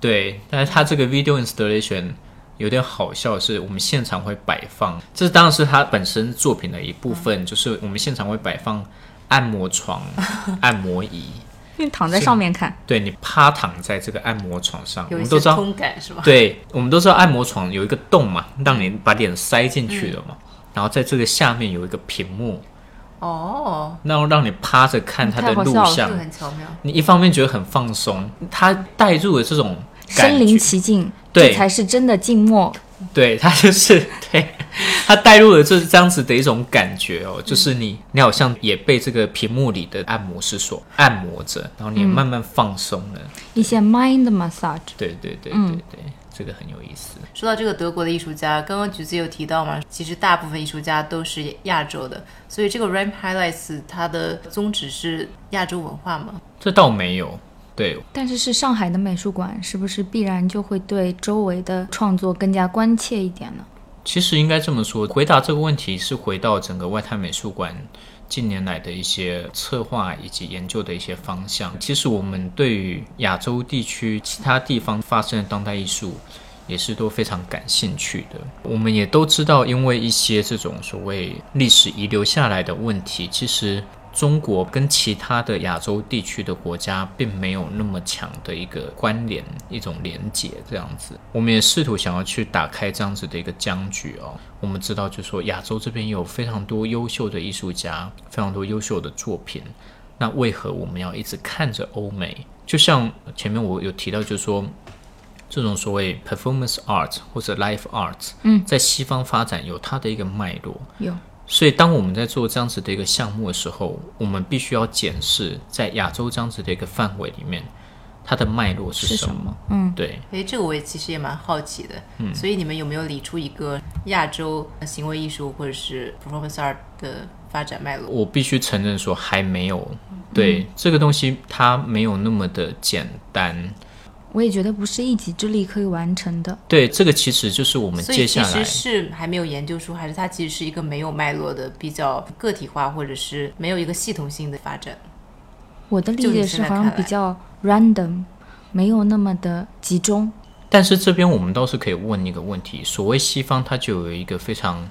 [SPEAKER 3] 对，但是它这个 video installation 有点好笑，是我们现场会摆放，这当然是它本身作品的一部分，
[SPEAKER 2] 嗯
[SPEAKER 3] 就是我们现场会摆放按 摩床、按摩椅，
[SPEAKER 1] 因为躺在上面看，
[SPEAKER 3] 对你趴躺在这个按摩床上，我
[SPEAKER 2] 有一
[SPEAKER 3] 们
[SPEAKER 2] 些
[SPEAKER 3] 都知道，
[SPEAKER 2] 通感是吧？
[SPEAKER 3] 对，我们都知道按摩床有一个洞嘛，让你把脸塞进去的嘛，
[SPEAKER 1] 嗯
[SPEAKER 3] 然后在这个下面有一个屏幕，
[SPEAKER 2] 哦，
[SPEAKER 3] 让让你趴着看它
[SPEAKER 1] 嗯
[SPEAKER 3] 的
[SPEAKER 1] 太好
[SPEAKER 3] 录
[SPEAKER 1] 笑了
[SPEAKER 2] 这
[SPEAKER 3] 像
[SPEAKER 2] 个，很巧妙。
[SPEAKER 3] 你一方面觉得很放松，它带入了这种感
[SPEAKER 1] 身临
[SPEAKER 3] 觉
[SPEAKER 1] 其境，
[SPEAKER 3] 对
[SPEAKER 1] 这才是真的静默。
[SPEAKER 3] 对他就是对他带入了就是这样子的一种感觉
[SPEAKER 1] 嗯
[SPEAKER 3] 哦，就是你你好像也被这个屏幕里的按摩师所按摩着，然后你也慢
[SPEAKER 1] 嗯
[SPEAKER 3] 慢放松了。
[SPEAKER 1] 一些 mind massage，
[SPEAKER 3] 对对对
[SPEAKER 1] 嗯
[SPEAKER 3] 对对，这个很有意思。
[SPEAKER 2] 说到这个德国的艺术家，刚刚橘子有提到嘛，其实大部分艺术家都是亚洲的，所以这个 Ramp Highlights 它的宗旨是亚洲文化嘛？
[SPEAKER 3] 这倒没有，对
[SPEAKER 1] 但是是上海的美术馆，是不是必然就会对周围的创作更加关切一点呢？
[SPEAKER 3] 其实应该这么说，回答这个问题是回到整个外滩美术馆近年来的一些策划以及研究的一些方向。其实我们对于亚洲地区其他地方发生的当代艺术。也是都非常感兴趣的。我们也都知道，因为一些这种所谓历史遗留下来的问题，其实中国跟其他的亚洲地区的国家并没有那么强的一个关联、一种连结这样子。我们也试图想要去打开这样子的一个僵局哦。我们知道，就是说亚洲这边有非常多优秀的艺术家，非常多优秀的作品。那为何我们要一直看着欧美？就像前面我有提到，就是说这种所谓 performance art 或者 live art，嗯，在西方发展有它的一个脉络。
[SPEAKER 1] 有，
[SPEAKER 3] 所以，当我们在做这样子的一个项目的时候，我们必须要检视在亚洲这样子的一个范围里面，它的脉络是
[SPEAKER 1] 是
[SPEAKER 3] 什
[SPEAKER 1] 什
[SPEAKER 3] 么？
[SPEAKER 1] 么
[SPEAKER 3] 嗯，对，
[SPEAKER 2] 哎，这个我也其实也蛮好奇的，
[SPEAKER 3] 嗯
[SPEAKER 2] 所以你们有没有理出一个亚洲行为艺术或者是 performance art 的发展脉络？
[SPEAKER 3] 我必须承认说还没有。对、这个东西，它没有那么的简单。
[SPEAKER 1] 我也觉得不是一己之力可以完成的。
[SPEAKER 3] 对，这个其实就是我们
[SPEAKER 2] 所
[SPEAKER 3] 接
[SPEAKER 2] 以
[SPEAKER 3] 下
[SPEAKER 2] 其实
[SPEAKER 3] 来
[SPEAKER 2] 是还没有研究出，还是它其实是一个没有脉络的、比较个体化，或者是没有一个系统性的发展。
[SPEAKER 1] 我的理
[SPEAKER 2] 就你
[SPEAKER 1] 解
[SPEAKER 2] 现
[SPEAKER 1] 是
[SPEAKER 2] 在
[SPEAKER 1] 好像
[SPEAKER 2] 看
[SPEAKER 1] 比
[SPEAKER 2] 来
[SPEAKER 1] 较 random，没有那么的集中。
[SPEAKER 3] 但是这边我们倒是可以问一个问题：所谓西方，它就有一个非常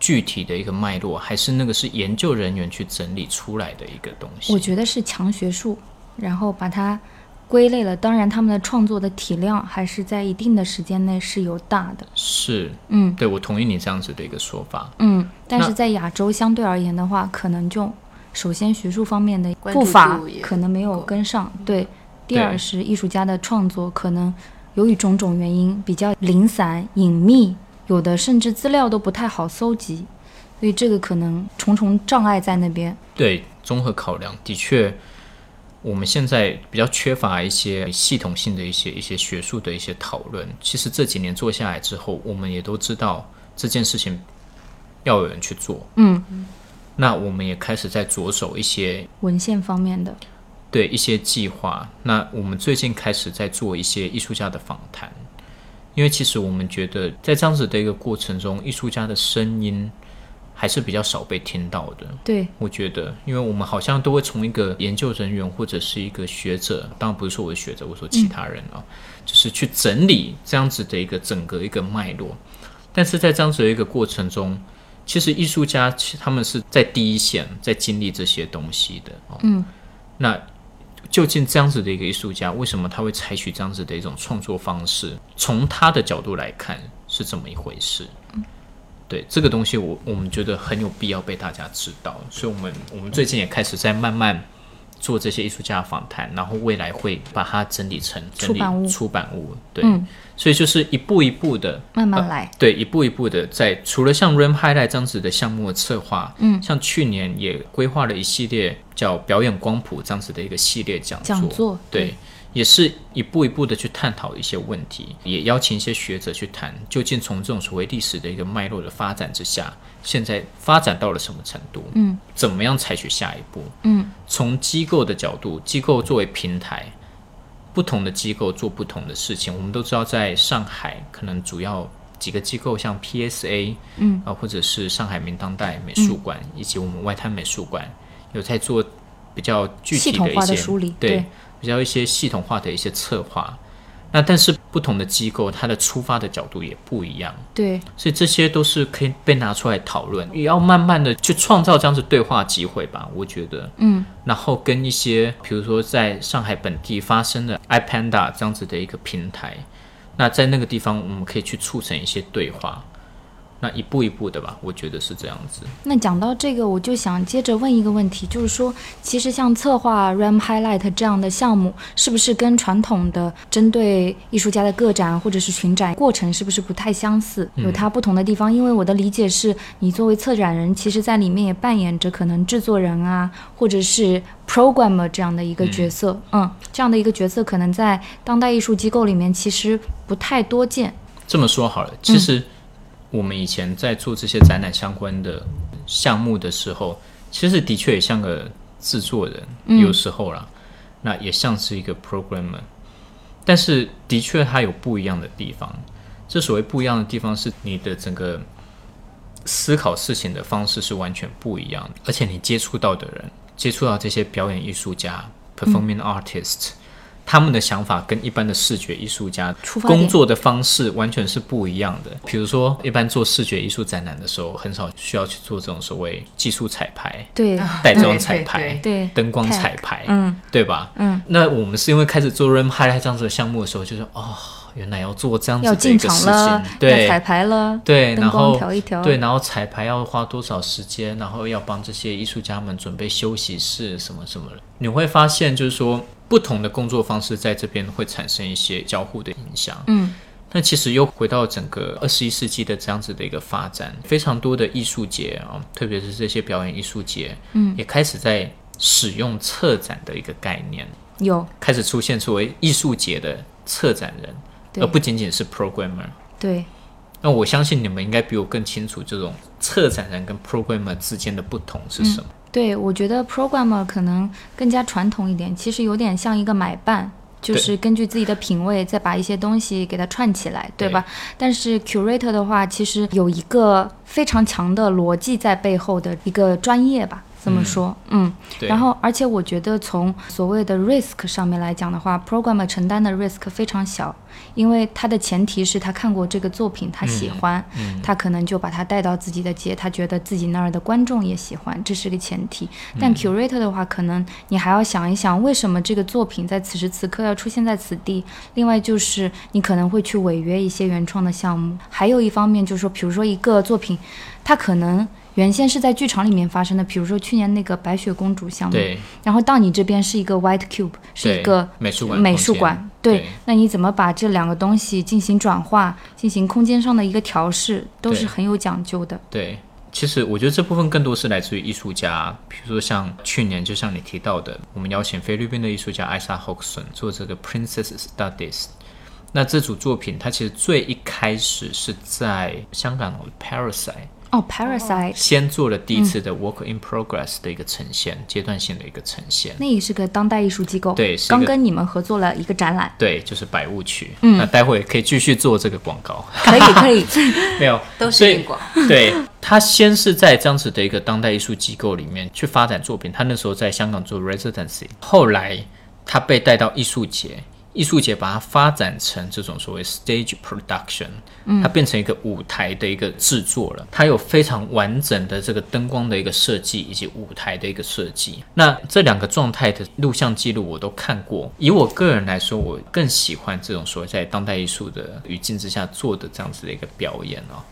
[SPEAKER 3] 具体的一个脉络，还是那个是研究人员去整理出来的一个东西？
[SPEAKER 1] 我觉得是强学术，然后把它归类了。当然，他们的创作的体量还是在一定的时间内是有大的。
[SPEAKER 3] 是，
[SPEAKER 1] 嗯
[SPEAKER 3] 对，我同意你这样子的一个说法。
[SPEAKER 1] 嗯，但是
[SPEAKER 3] 那
[SPEAKER 1] 在亚洲相对而言的话，可能就首先学术方面的
[SPEAKER 2] 关
[SPEAKER 1] 步
[SPEAKER 2] 注
[SPEAKER 1] 伐
[SPEAKER 2] 度也
[SPEAKER 1] 可能没有
[SPEAKER 2] 够
[SPEAKER 1] 跟上，对。第
[SPEAKER 3] 对
[SPEAKER 1] 二是艺术家的创作可能由于种种原因比较零散、隐秘，有的甚至资料都不太好搜集，所以这个可能重重障碍在那边。
[SPEAKER 3] 对，综合考量，的确，我们现在比较缺乏一些系统性的一些一些学术的一些讨论。其实这几年做下来之后，我们也都知道这件事情要有人去做。
[SPEAKER 1] 嗯，
[SPEAKER 3] 那我们也开始在着手一些
[SPEAKER 1] 文献方面的，
[SPEAKER 3] 对一些计划。那我们最近开始在做一些艺术家的访谈，因为其实我们觉得在这样子的一个过程中，艺术家的声音还是比较少被听到的。
[SPEAKER 1] 对，
[SPEAKER 3] 我觉得，因为我们好像都会从一个研究人员或者是一个学者，当然不是说我的学者，我说其他人啊，就是去整理这样子的一个整个一个脉络。但是在这样子的一个过程中，其实艺术家其他们是在第一线，在经历这些东西的。哦、嗯，那究竟这样子的一个艺术家，为什么他会采取这样子的一种创作方式？从他的角度来看是怎么一回事？
[SPEAKER 1] 嗯
[SPEAKER 3] 对这个东西我，我们觉得很有必要被大家知道，所以我们我们最近也开始在慢慢做这些艺术家的访谈，然后未来会把它整理成整
[SPEAKER 1] 出
[SPEAKER 3] 理
[SPEAKER 1] 版物嗯
[SPEAKER 3] 出版物，对，所以就是一步一步呃的
[SPEAKER 1] 慢慢来。
[SPEAKER 3] 对，一步一步的在除了像 Ram Highlight 这样子的项目的策划，嗯，像去年也规划了一系列叫表演光谱这样子的一个系列讲座，
[SPEAKER 1] 讲座
[SPEAKER 3] 对，也是一步一步的去探讨一些问题，也邀请一些学者去谈，究竟从这种所谓历史的一个脉络的发展之下，现在发展到了什么程度，嗯，怎么样采取下一步，嗯，从机构的角度，机构作为平台，不同的机构做不同的事情。我们都知道，在上海可能主要几个机构，像 PSA，嗯，啊、或者是上海明当代美术馆、
[SPEAKER 1] 嗯
[SPEAKER 3] 以及我们外滩美术馆，有在做比较具体
[SPEAKER 1] 系统
[SPEAKER 3] 一
[SPEAKER 1] 化
[SPEAKER 3] 些
[SPEAKER 1] 的梳理
[SPEAKER 3] 对，
[SPEAKER 1] 对
[SPEAKER 3] 比较一些系统化的一些策划。那但是不同的机构，它的出发的角度也不一样，
[SPEAKER 1] 对，
[SPEAKER 3] 所以这些都是可以被拿出来讨论，也要慢慢的去创造这样子对话机会吧。我觉得，嗯，然后跟一些比如说在上海本地发生的 iPanda 这样子的一个平台，那在那个地方我们可以去促成一些对话，那一步一步的吧，我觉得是这样子。
[SPEAKER 1] 那讲到这个，我就想接着问一个问题，就是说，其实像策划 RAM Highlight 这样的项目，是不是跟传统的针对艺术家的个展或者是群展过程，是不是不太相似？有它不同的地方？因为我的理解是，你作为策展人，其实在里面也扮演着可能制作人啊，或者是 programmer 这样的一个角色。嗯这样的一个角色可能在当代艺术机构里面其实不太多见。
[SPEAKER 3] 这么说好了，其实我们以前在做这些展览相关的项目的时候，其实的确也像个制作人，有时候啦，那也像是一个 programmer，但是的确它有不一样的地方。这所谓不一样的地方是你的整个思考事情的方式是完全不一样的，而且你接触到的人，接触到这些表演艺术家 （performing artist），、他们的想法跟一般的视觉艺术家
[SPEAKER 1] 出发点
[SPEAKER 3] 工作的方式完全是不一样的。比如说，一般做视觉艺术展览的时候，很少需要去做这种所谓技术彩排、
[SPEAKER 1] 对
[SPEAKER 3] 带妆
[SPEAKER 2] 对
[SPEAKER 3] 彩
[SPEAKER 2] 对
[SPEAKER 3] 排、
[SPEAKER 1] 对
[SPEAKER 3] 灯光
[SPEAKER 1] tag
[SPEAKER 3] 彩排，
[SPEAKER 1] 嗯，
[SPEAKER 3] 对吧？嗯，那我们是因为开始做 Ram Highlight 这样子的项目的时候，就说哦，原来要做这样
[SPEAKER 1] 要
[SPEAKER 3] 子的
[SPEAKER 1] 进
[SPEAKER 3] 一个
[SPEAKER 1] 场
[SPEAKER 3] 事
[SPEAKER 1] 了
[SPEAKER 3] 情，，
[SPEAKER 1] 要
[SPEAKER 3] 对，
[SPEAKER 1] 彩排了，
[SPEAKER 3] 对，
[SPEAKER 1] 灯
[SPEAKER 3] 然
[SPEAKER 1] 光
[SPEAKER 3] 后
[SPEAKER 1] 调一调，
[SPEAKER 3] 对，然后彩排要花多少时间，然后要帮这些艺术家们准备休息室什么什么的。你会发现，就是说不同的工作方式在这边会产生一些交互的影响。
[SPEAKER 1] 嗯，
[SPEAKER 3] 那其实又回到整个二十一世纪的这样子的一个发展，非常多的艺术节啊、特别是这些表演艺术节，嗯，也开始在使用策展的一个概念。
[SPEAKER 1] 有
[SPEAKER 3] 开始出现作为艺术节的策展人，
[SPEAKER 1] 对
[SPEAKER 3] 而不仅仅是 programmer。
[SPEAKER 1] 对
[SPEAKER 3] 那我相信你们应该比我更清楚这种策展人跟 programmer 之间的不同是什么。
[SPEAKER 1] 对，我觉得 programmer 可能更加传统一点，其实有点像一个买办。就
[SPEAKER 3] 对
[SPEAKER 1] 是根据自己的品味，再把一些东西给它串起来，对吧？但是 curator 的话，其实有一个非常强的逻辑在背后的一个专业吧，这么说，嗯
[SPEAKER 3] 对，
[SPEAKER 1] 然后，而且我觉得从所谓的 risk 上面来讲的话，programmer 承担的 risk 非常小，因为他的前提是他看过这个作品，他喜欢，他可能就把它带到自己的节，他觉得自己那儿的观众也喜欢，这是个前提。
[SPEAKER 3] 嗯
[SPEAKER 1] 但 curator 的话，可能你还要想一想，为什么这个作品在此时此刻要出现在此地？另外就是你可能会去违约一些原创的项目，还有一方面就是说，比如说一个作品，它可能。原先是在剧场里面发生的，比如说去年那个白雪公主项目，
[SPEAKER 3] 对
[SPEAKER 1] 然后到你这边是一个 White Cube，是一
[SPEAKER 3] 对
[SPEAKER 1] 个
[SPEAKER 3] 美术馆空间
[SPEAKER 1] 美术馆，
[SPEAKER 3] 对
[SPEAKER 1] 对，那你怎么把这两个东西进行转化，进行空间上的一个调试，都
[SPEAKER 3] 对
[SPEAKER 1] 是很有讲究的。
[SPEAKER 3] 对，其实我觉得这部分更多是来自于艺术家，比如说像去年，就像你提到的，我们邀请菲律宾的艺术家艾莎·霍克森做这个 Princess Studies。那这组作品，它其实最一开始是在香港的 Parasite
[SPEAKER 1] 哦，Parasite，、
[SPEAKER 3] 先做了第一次的 Work in Progress 的一个呈现，阶段性的一个呈现。
[SPEAKER 1] 那也是个当代艺术机构，
[SPEAKER 3] 对是一个
[SPEAKER 1] 刚跟你们合作了一个展 览，
[SPEAKER 3] 对，就是百物区。
[SPEAKER 2] 嗯
[SPEAKER 3] 那待会可以继续做这个广告。
[SPEAKER 1] 可以可以，
[SPEAKER 3] 没有，
[SPEAKER 2] 都
[SPEAKER 3] 所
[SPEAKER 2] 是
[SPEAKER 3] 以
[SPEAKER 2] 硬广。
[SPEAKER 3] 对他先是在这样子的一个当代艺术机构里面去发展作品，他那时候在香港做 residency，后来他被带到艺术节，艺术节把它发展成这种所谓 stage production，它变成一个舞台的一个制作了，它有非常完整的这个灯光的一个设计以及舞台的一个设计。那这两个状态的录像记录我都看过，以我个人来说，我更喜欢这种所谓在当代艺术的语境之下做的这样子的一个表演哦。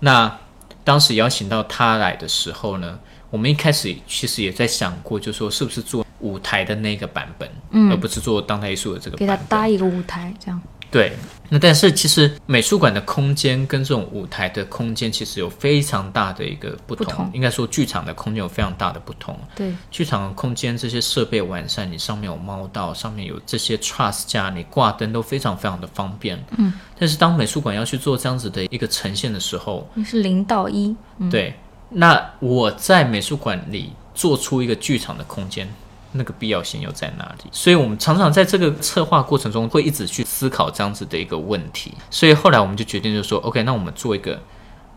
[SPEAKER 3] 那当时邀请到他来的时候呢，我们一开始其实也在想过，就说是不是做舞台的那个版本，而不是做当代艺术的这个
[SPEAKER 1] 给他
[SPEAKER 3] 版本。
[SPEAKER 1] 搭一个舞台，这样
[SPEAKER 3] 对，那但是其实美术馆的空间跟这种舞台的空间其实有非常大的一个不同，
[SPEAKER 1] 不同
[SPEAKER 3] 应该说剧场的空间有非常大的不同。
[SPEAKER 1] 对，
[SPEAKER 3] 剧场的空间这些设备完善，你上面有猫道，上面有这些 truss 架，你挂灯都非常非常的方便。嗯，但是当美术馆要去做这样子的一个呈现的时候，
[SPEAKER 1] 那是零到一，
[SPEAKER 3] 对，那我在美术馆里做出一个剧场的空间，那个必要性又在哪里？所以我们常常在这个策划过程中会一直去思考这样子的一个问题。所以后来我们就决定就说，OK，那我们做一个。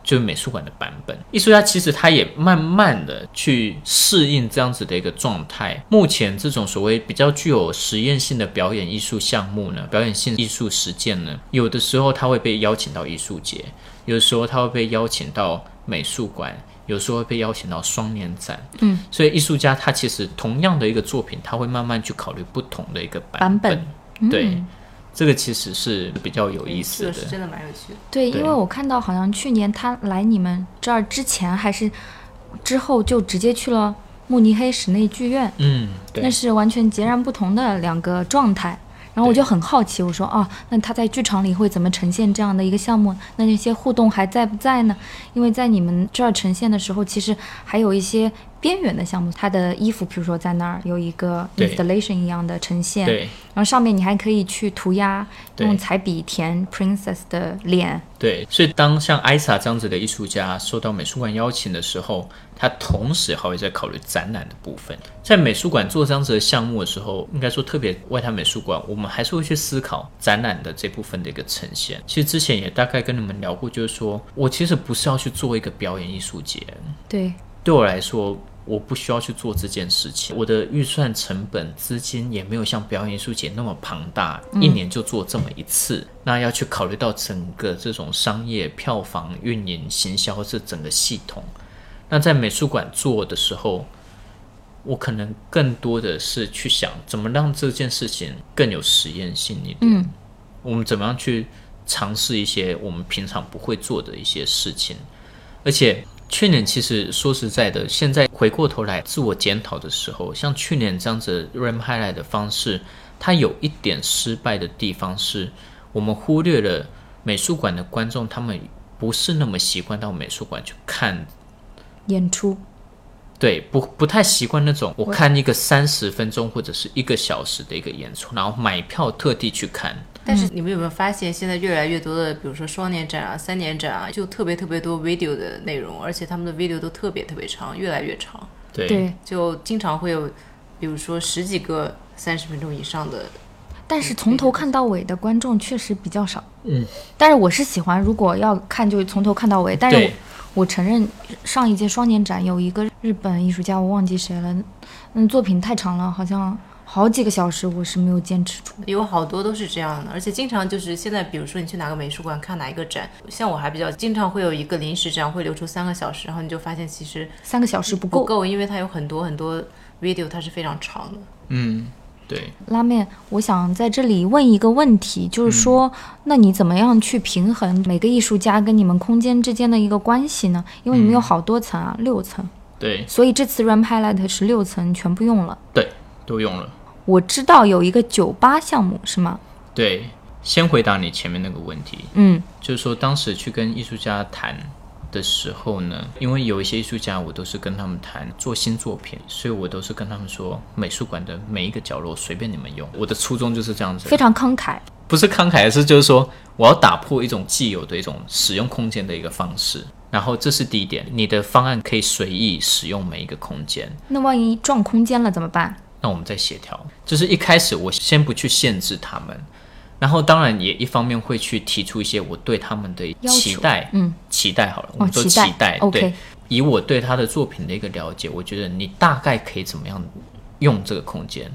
[SPEAKER 3] 就是美术馆的版本，艺术家其实他也慢慢的去适应这样子的一个状态。目前这种所谓比较具有实验性的表演艺术项目呢，表演性艺术实践呢，有的时候他会被邀请到艺术节，有的时候他会被邀请到美术馆，有时候会被邀请到双年展。嗯，所以艺术家他其实同样的一个作品，他会慢慢去考虑不同的一个版
[SPEAKER 1] 版本嗯
[SPEAKER 3] 对，这个其实是比较有意
[SPEAKER 2] 嗯这
[SPEAKER 3] 思
[SPEAKER 2] 个
[SPEAKER 3] 的嗯
[SPEAKER 2] 是。真的蛮有趣的。
[SPEAKER 1] 对，
[SPEAKER 3] 对
[SPEAKER 1] 因为我看到好像去年他来你们这儿之前还是之后就直接去了慕尼黑室内剧院，
[SPEAKER 3] 嗯，对
[SPEAKER 1] 那。是完全截然不同的两个状态。然后我
[SPEAKER 3] 对
[SPEAKER 1] 就很好奇，我说哦，那他在剧场里会怎么呈现这样的一个项目？那那些互动还在不在呢？因为在你们这儿呈现的时候，其实还有一些边缘的项目，他的衣服，比如说在那儿有一个
[SPEAKER 3] 对
[SPEAKER 1] installation 一样的呈现，
[SPEAKER 3] 对
[SPEAKER 1] 然后上面你还可以去涂鸦，
[SPEAKER 3] 对
[SPEAKER 1] 用彩笔填 princess 的脸，
[SPEAKER 3] 对，所以当像艾莎这样子的艺术家受到美术馆邀请的时候，他同时还会在考虑展览的部分。在美术馆做这样子的项目的时候，应该说特别外滩美术馆，我们还是会去思考展览的这部分的一个呈现。其实之前也大概跟你们聊过，就是说我其实不是要去做一个表演艺术节，
[SPEAKER 1] 对，
[SPEAKER 3] 对我来说，我不需要去做这件事情，我的预算、成本、资金也没有像表演艺术节那么庞大，一年就做这么一次。那要去考虑到整个这种商业、票房、运营、行销这整个系统。那在美术馆做的时候，我可能更多的是去想怎么让这件事情更有实验性一点。我们怎么样去尝试一些我们平常不会做的一些事情，而且去年其实说实在的，现在回过头来自我检讨的时候，像去年这样子 RAM highlight 的方式，它有一点失败的地方是，我们忽略了美术馆的观众，他们不是那么习惯到美术馆去看。
[SPEAKER 1] 演出，
[SPEAKER 3] 对，不不太习惯那种我看一个三十分钟或者是一个小时的一个演出，然后买票特地去看，
[SPEAKER 2] 但是你们有没有发现，现在越来越多的，比如说双年展啊、三年展啊，就特别特别多 video 的内容，而且他们的 video 都特别特别长，越来越长，
[SPEAKER 1] 对，
[SPEAKER 2] 就经常会有，比如说十几个三十分钟以上的。
[SPEAKER 1] 但是从头看到尾的观众确实比较少。嗯，但是我是喜欢，如果要看就从头看到尾。但是我
[SPEAKER 3] 对
[SPEAKER 1] 我承认，上一届双年展有一个日本艺术家，我忘记谁了，嗯，作品太长了，好像好几个小时，我是没有坚持住。
[SPEAKER 2] 有好多都是这样的，而且经常就是现在，比如说你去哪个美术馆看哪一个展，像我还比较经常会有一个临时展会留出三个小时，然后你就发现其实
[SPEAKER 1] 三个小时不
[SPEAKER 2] 不
[SPEAKER 1] 够。
[SPEAKER 2] 够，因为它有很多很多 video 它是非常长的。
[SPEAKER 3] 嗯，对。
[SPEAKER 1] 拉面，我想在这里问一个问题，就是说，那你怎么样去平衡每个艺术家跟你们空间之间的一个关系呢？因为你们有好多层啊，六层，
[SPEAKER 3] 对
[SPEAKER 1] 所以这次 RAM Highlight 是六层全部用了。
[SPEAKER 3] 对，都用了。
[SPEAKER 1] 我知道有一个酒吧项目是吗？
[SPEAKER 3] 对，先回答你前面那个问题，
[SPEAKER 1] 嗯，
[SPEAKER 3] 就是说当时去跟艺术家谈的时候呢，因为有一些艺术家，我都是跟他们谈做新作品，所以我都是跟他们说，美术馆的每一个角落随便你们用。我的初衷就是这样子
[SPEAKER 1] 非，常慷慨。
[SPEAKER 3] 不是慷慨，而是就是说我要打破一种既有的一种使用空间的一个方式。然后这是第一点，你的方案可以随意使用每一个空间。
[SPEAKER 1] 那万一撞空间了怎么办？
[SPEAKER 3] 那我们再协调。就是一开始我先不去限制他们，然后当然也一方面会去提出一些我对他们的
[SPEAKER 1] 要求
[SPEAKER 3] 期待，
[SPEAKER 1] 嗯，哦
[SPEAKER 3] 期待好了，我们说
[SPEAKER 1] 期
[SPEAKER 3] 期
[SPEAKER 1] 待
[SPEAKER 3] 待，
[SPEAKER 1] OK
[SPEAKER 3] 对，以我对他的作品的一个了解，我觉得你大概可以怎么样用这个空间。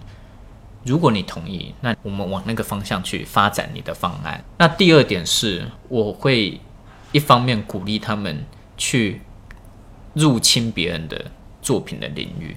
[SPEAKER 3] 如果你同意，那我们往那个方向去发展你的方案。那第二点是，我会一方面鼓励他们去入侵别人的作品的领域。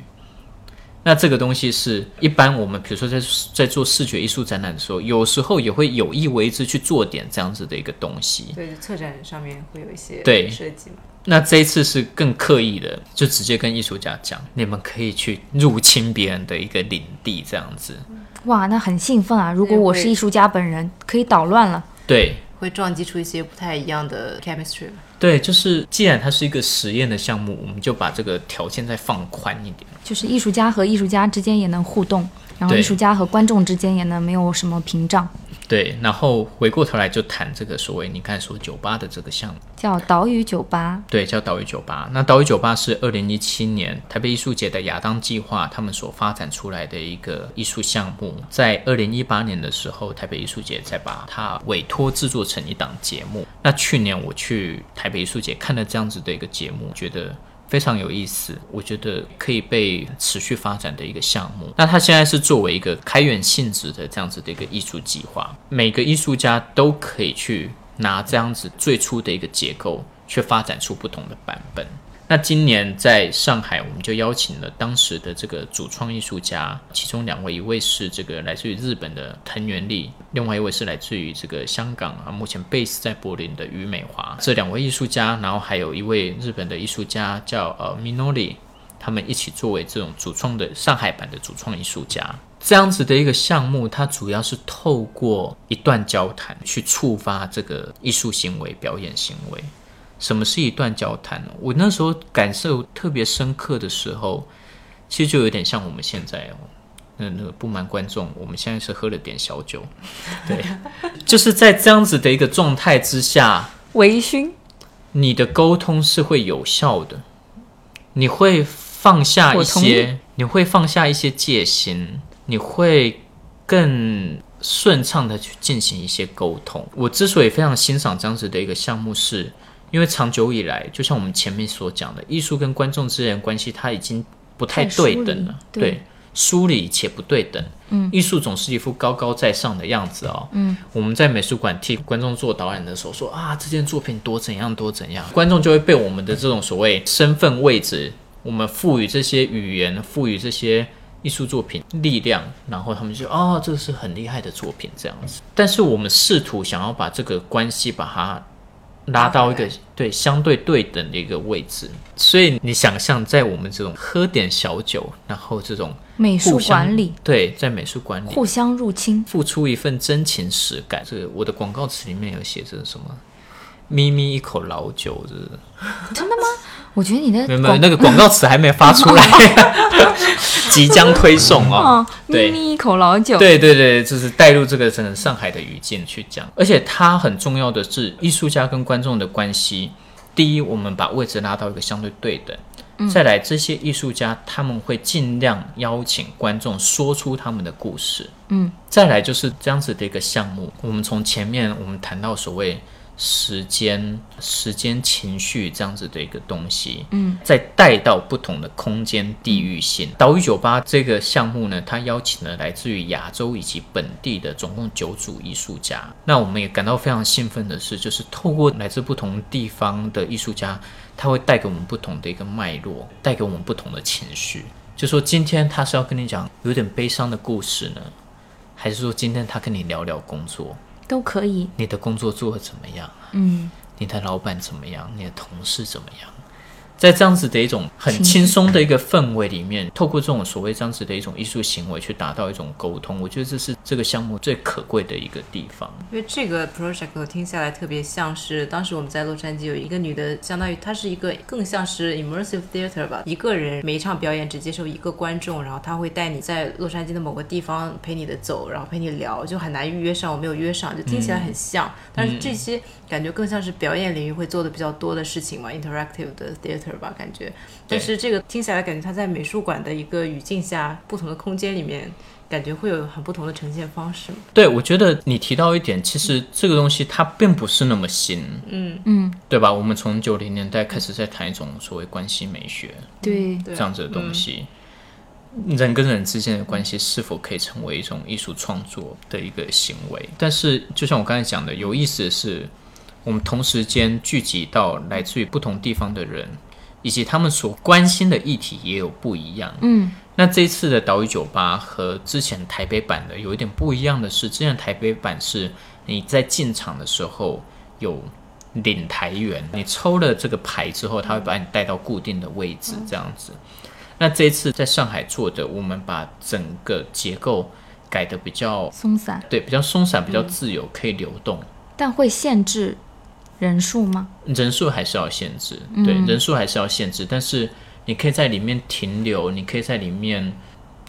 [SPEAKER 3] 那这个东西是一般我们比如说在在做视觉艺术展览的时候，有时候也会有意为之去做点这样子的一个东西。
[SPEAKER 2] 对，就策展上面会有一些
[SPEAKER 3] 对
[SPEAKER 2] 设计嘛。
[SPEAKER 3] 那这一次是更刻意的，就直接跟艺术家讲，你们可以去入侵别人的一个领地，这样子。
[SPEAKER 1] 哇，那很兴奋啊！如果
[SPEAKER 2] 对
[SPEAKER 1] 我
[SPEAKER 2] 会
[SPEAKER 1] 是艺术家本人，可以捣乱了。
[SPEAKER 3] 对
[SPEAKER 2] 会撞击出一些不太一样的 chemistry 嘛
[SPEAKER 3] 对，就是既然它是一个实验的项目，我们就把这个条件再放宽一点。
[SPEAKER 1] 就是艺术家和艺术家之间也能互动，然后
[SPEAKER 3] 对
[SPEAKER 1] 艺术家和观众之间也能没有什么屏障，
[SPEAKER 3] 对，然后回过头来就谈这个所谓你刚才说酒吧的这个项目，
[SPEAKER 1] 叫岛屿酒吧。
[SPEAKER 3] 对，叫岛屿酒吧。那岛屿酒吧是二零一七年台北艺术节的亚当计划他们所发展出来的一个艺术项目，在二零一八年的时候，台北艺术节才把它委托制作成一档节目。那去年我去台北艺术节看了这样子的一个节目，觉得。非常有意思，我觉得可以被持续发展的一个项目。那它现在是作为一个开源性质的这样子的一个艺术计划，每个艺术家都可以去拿这样子最初的一个结构，去发展出不同的版本。那今年在上海，我们就邀请了当时的这个主创艺术家，其中两位，一位是这个来自于日本的藤原丽，另外一位是来自于这个香港啊，目前 base 在柏林的于美华，这两位艺术家，然后还有一位日本的艺术家叫呃 Minori，他们一起作为这种主创的上海版的主创艺术家。这样子的一个项目，它主要是透过一段交谈去触发这个艺术行为、表演行为。什么是一段交谈呢？我那时候感受特别深刻的时候，其实就有点像我们现在哦，那那个不瞒观众，我们现在是喝了点小酒，对， 就是在这样子的一个状态之下，
[SPEAKER 1] 微醺，
[SPEAKER 3] 你的沟通是会有效的，你会放下一
[SPEAKER 1] 我同意
[SPEAKER 3] 些，你会放下一些戒心，你会更顺畅的去进行一些沟通。我之所以非常欣赏这样子的一个项目是，因为长久以来，就像我们前面所讲的，艺术跟观众之间的关系，它已经不太
[SPEAKER 1] 太疏
[SPEAKER 3] 对
[SPEAKER 1] 离
[SPEAKER 3] 等了，
[SPEAKER 1] 对
[SPEAKER 3] 疏离且不对等。嗯，艺术总是一副高高在上的样子哦。嗯，我们在美术馆替观众做导演的时候说啊，这件作品多怎样多怎样，观众就会被我们的这种所谓身份位置，我们赋予这些语言，赋予这些艺术作品力量，然后他们就哦，这是很厉害的作品这样子。但是我们试图想要把这个关系把它拉到一个对相对对等的一个位置，所以你想象在我们这种喝点小酒，然后这种
[SPEAKER 1] 美术
[SPEAKER 3] 互相
[SPEAKER 1] 馆里
[SPEAKER 3] 对，在美术馆里
[SPEAKER 1] 互相入侵，
[SPEAKER 3] 付出一份真情实感。这个我的广告词里面有写着什么？咪咪一口老酒，这是
[SPEAKER 1] 真的吗？我觉得你的
[SPEAKER 3] 没有没有
[SPEAKER 1] 广
[SPEAKER 3] 那个广告词还没发出来， 即将推送哦
[SPEAKER 1] 啊。，咪
[SPEAKER 3] 对，
[SPEAKER 1] 咪一口老酒，
[SPEAKER 3] 对对对，就是带入这个整个上海的语境去讲，而且它很重要的是艺术家跟观众的关系。第一，我们把位置拉到一个相对对等；
[SPEAKER 1] 嗯
[SPEAKER 3] 再来，这些艺术家他们会尽量邀请观众说出他们的故事。
[SPEAKER 1] 嗯，
[SPEAKER 3] 再来就是这样子的一个项目，我们从前面我们谈到所谓时间、时间、情绪这样子的一个东西，嗯，再带到不同的空间地域性。岛屿酒吧这个项目呢，它邀请了来自于亚洲以及本地的总共九组艺术家。那我们也感到非常兴奋的是，就是透过来自不同地方的艺术家，他会带给我们不同的一个脉络，带给我们不同的情绪。就说今天他是要跟你讲有点悲伤的故事呢，还是说今天他跟你聊聊工作？
[SPEAKER 1] 都可以。
[SPEAKER 3] 你的工作做得怎么样？
[SPEAKER 1] 嗯，
[SPEAKER 3] 你的老板怎么样？你的同事怎么样？在这样子的一种很轻松的一个氛围里面，透过这种所谓这样子的一种艺术行为去达到一种沟通，我觉得这是这个项目最可贵的一个地方。
[SPEAKER 2] 因为这个 project 我听下来特别像是当时我们在洛杉矶有一个女的，相当于她是一个更像是 immersive theater 吧，一个人每一场表演只接受一个观众，然后她会带你在洛杉矶的某个地方陪你的走，然后陪你聊，就很难预约上，我没有约上，就听起来很像，但是这些感觉更像是表演领域会做的比较多的事情嘛，interactive 的 theater 吧，感觉。但是这个听起来感觉它在美术馆的一个语境下，不同的空间里面。感觉会有很不同的呈现方式嘛
[SPEAKER 3] 对，我觉得你提到一点，其实这个东西它并不是那么新，
[SPEAKER 2] 嗯
[SPEAKER 3] 嗯，对吧？我们从九零年代开始在谈一种所谓关系美学
[SPEAKER 1] 对，
[SPEAKER 2] 对啊
[SPEAKER 3] 这样子的东西，人跟人之间的关系是否可以成为一种艺术创作的一个行为？但是，就像我刚才讲的，有意思的是，我们同时间聚集到来自于不同地方的人，以及他们所关心的议题也有不一样。
[SPEAKER 1] 嗯，
[SPEAKER 3] 那这一次的岛屿酒吧和之前台北版的有一点不一样的是，之前台北版是你在进场的时候有领台员，你抽了这个牌之后，他会把你带到固定的位置，这样子。那这一次在上海做的，我们把整个结构改的比较
[SPEAKER 1] 松散，
[SPEAKER 3] 对，比较松散，比较自由，可以流动。
[SPEAKER 1] 但会限制人数吗？
[SPEAKER 3] 人数还是要限制，对，人数还是要限制，但是你可以在里面停留，你可以在里面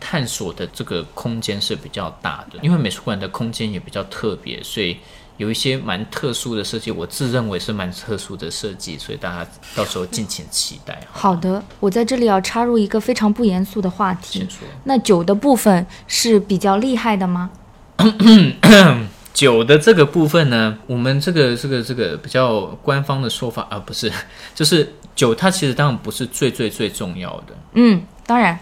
[SPEAKER 3] 探索的这个空间是比较大的，因为美术馆的空间也比较特别，所以有一些蛮特殊的设计，我自认为是蛮特殊的设计，所以大家到时候敬请期待。啊
[SPEAKER 1] 好的，我在这里要插入一个非常不严肃的话题
[SPEAKER 3] 先。说
[SPEAKER 1] 那酒的部分是比较厉害的吗？
[SPEAKER 3] 酒的这个部分呢，我们这个这个这个比较官方的说法啊，不是， 就是酒它其实当然不是最最最重要的，
[SPEAKER 1] 嗯，当然，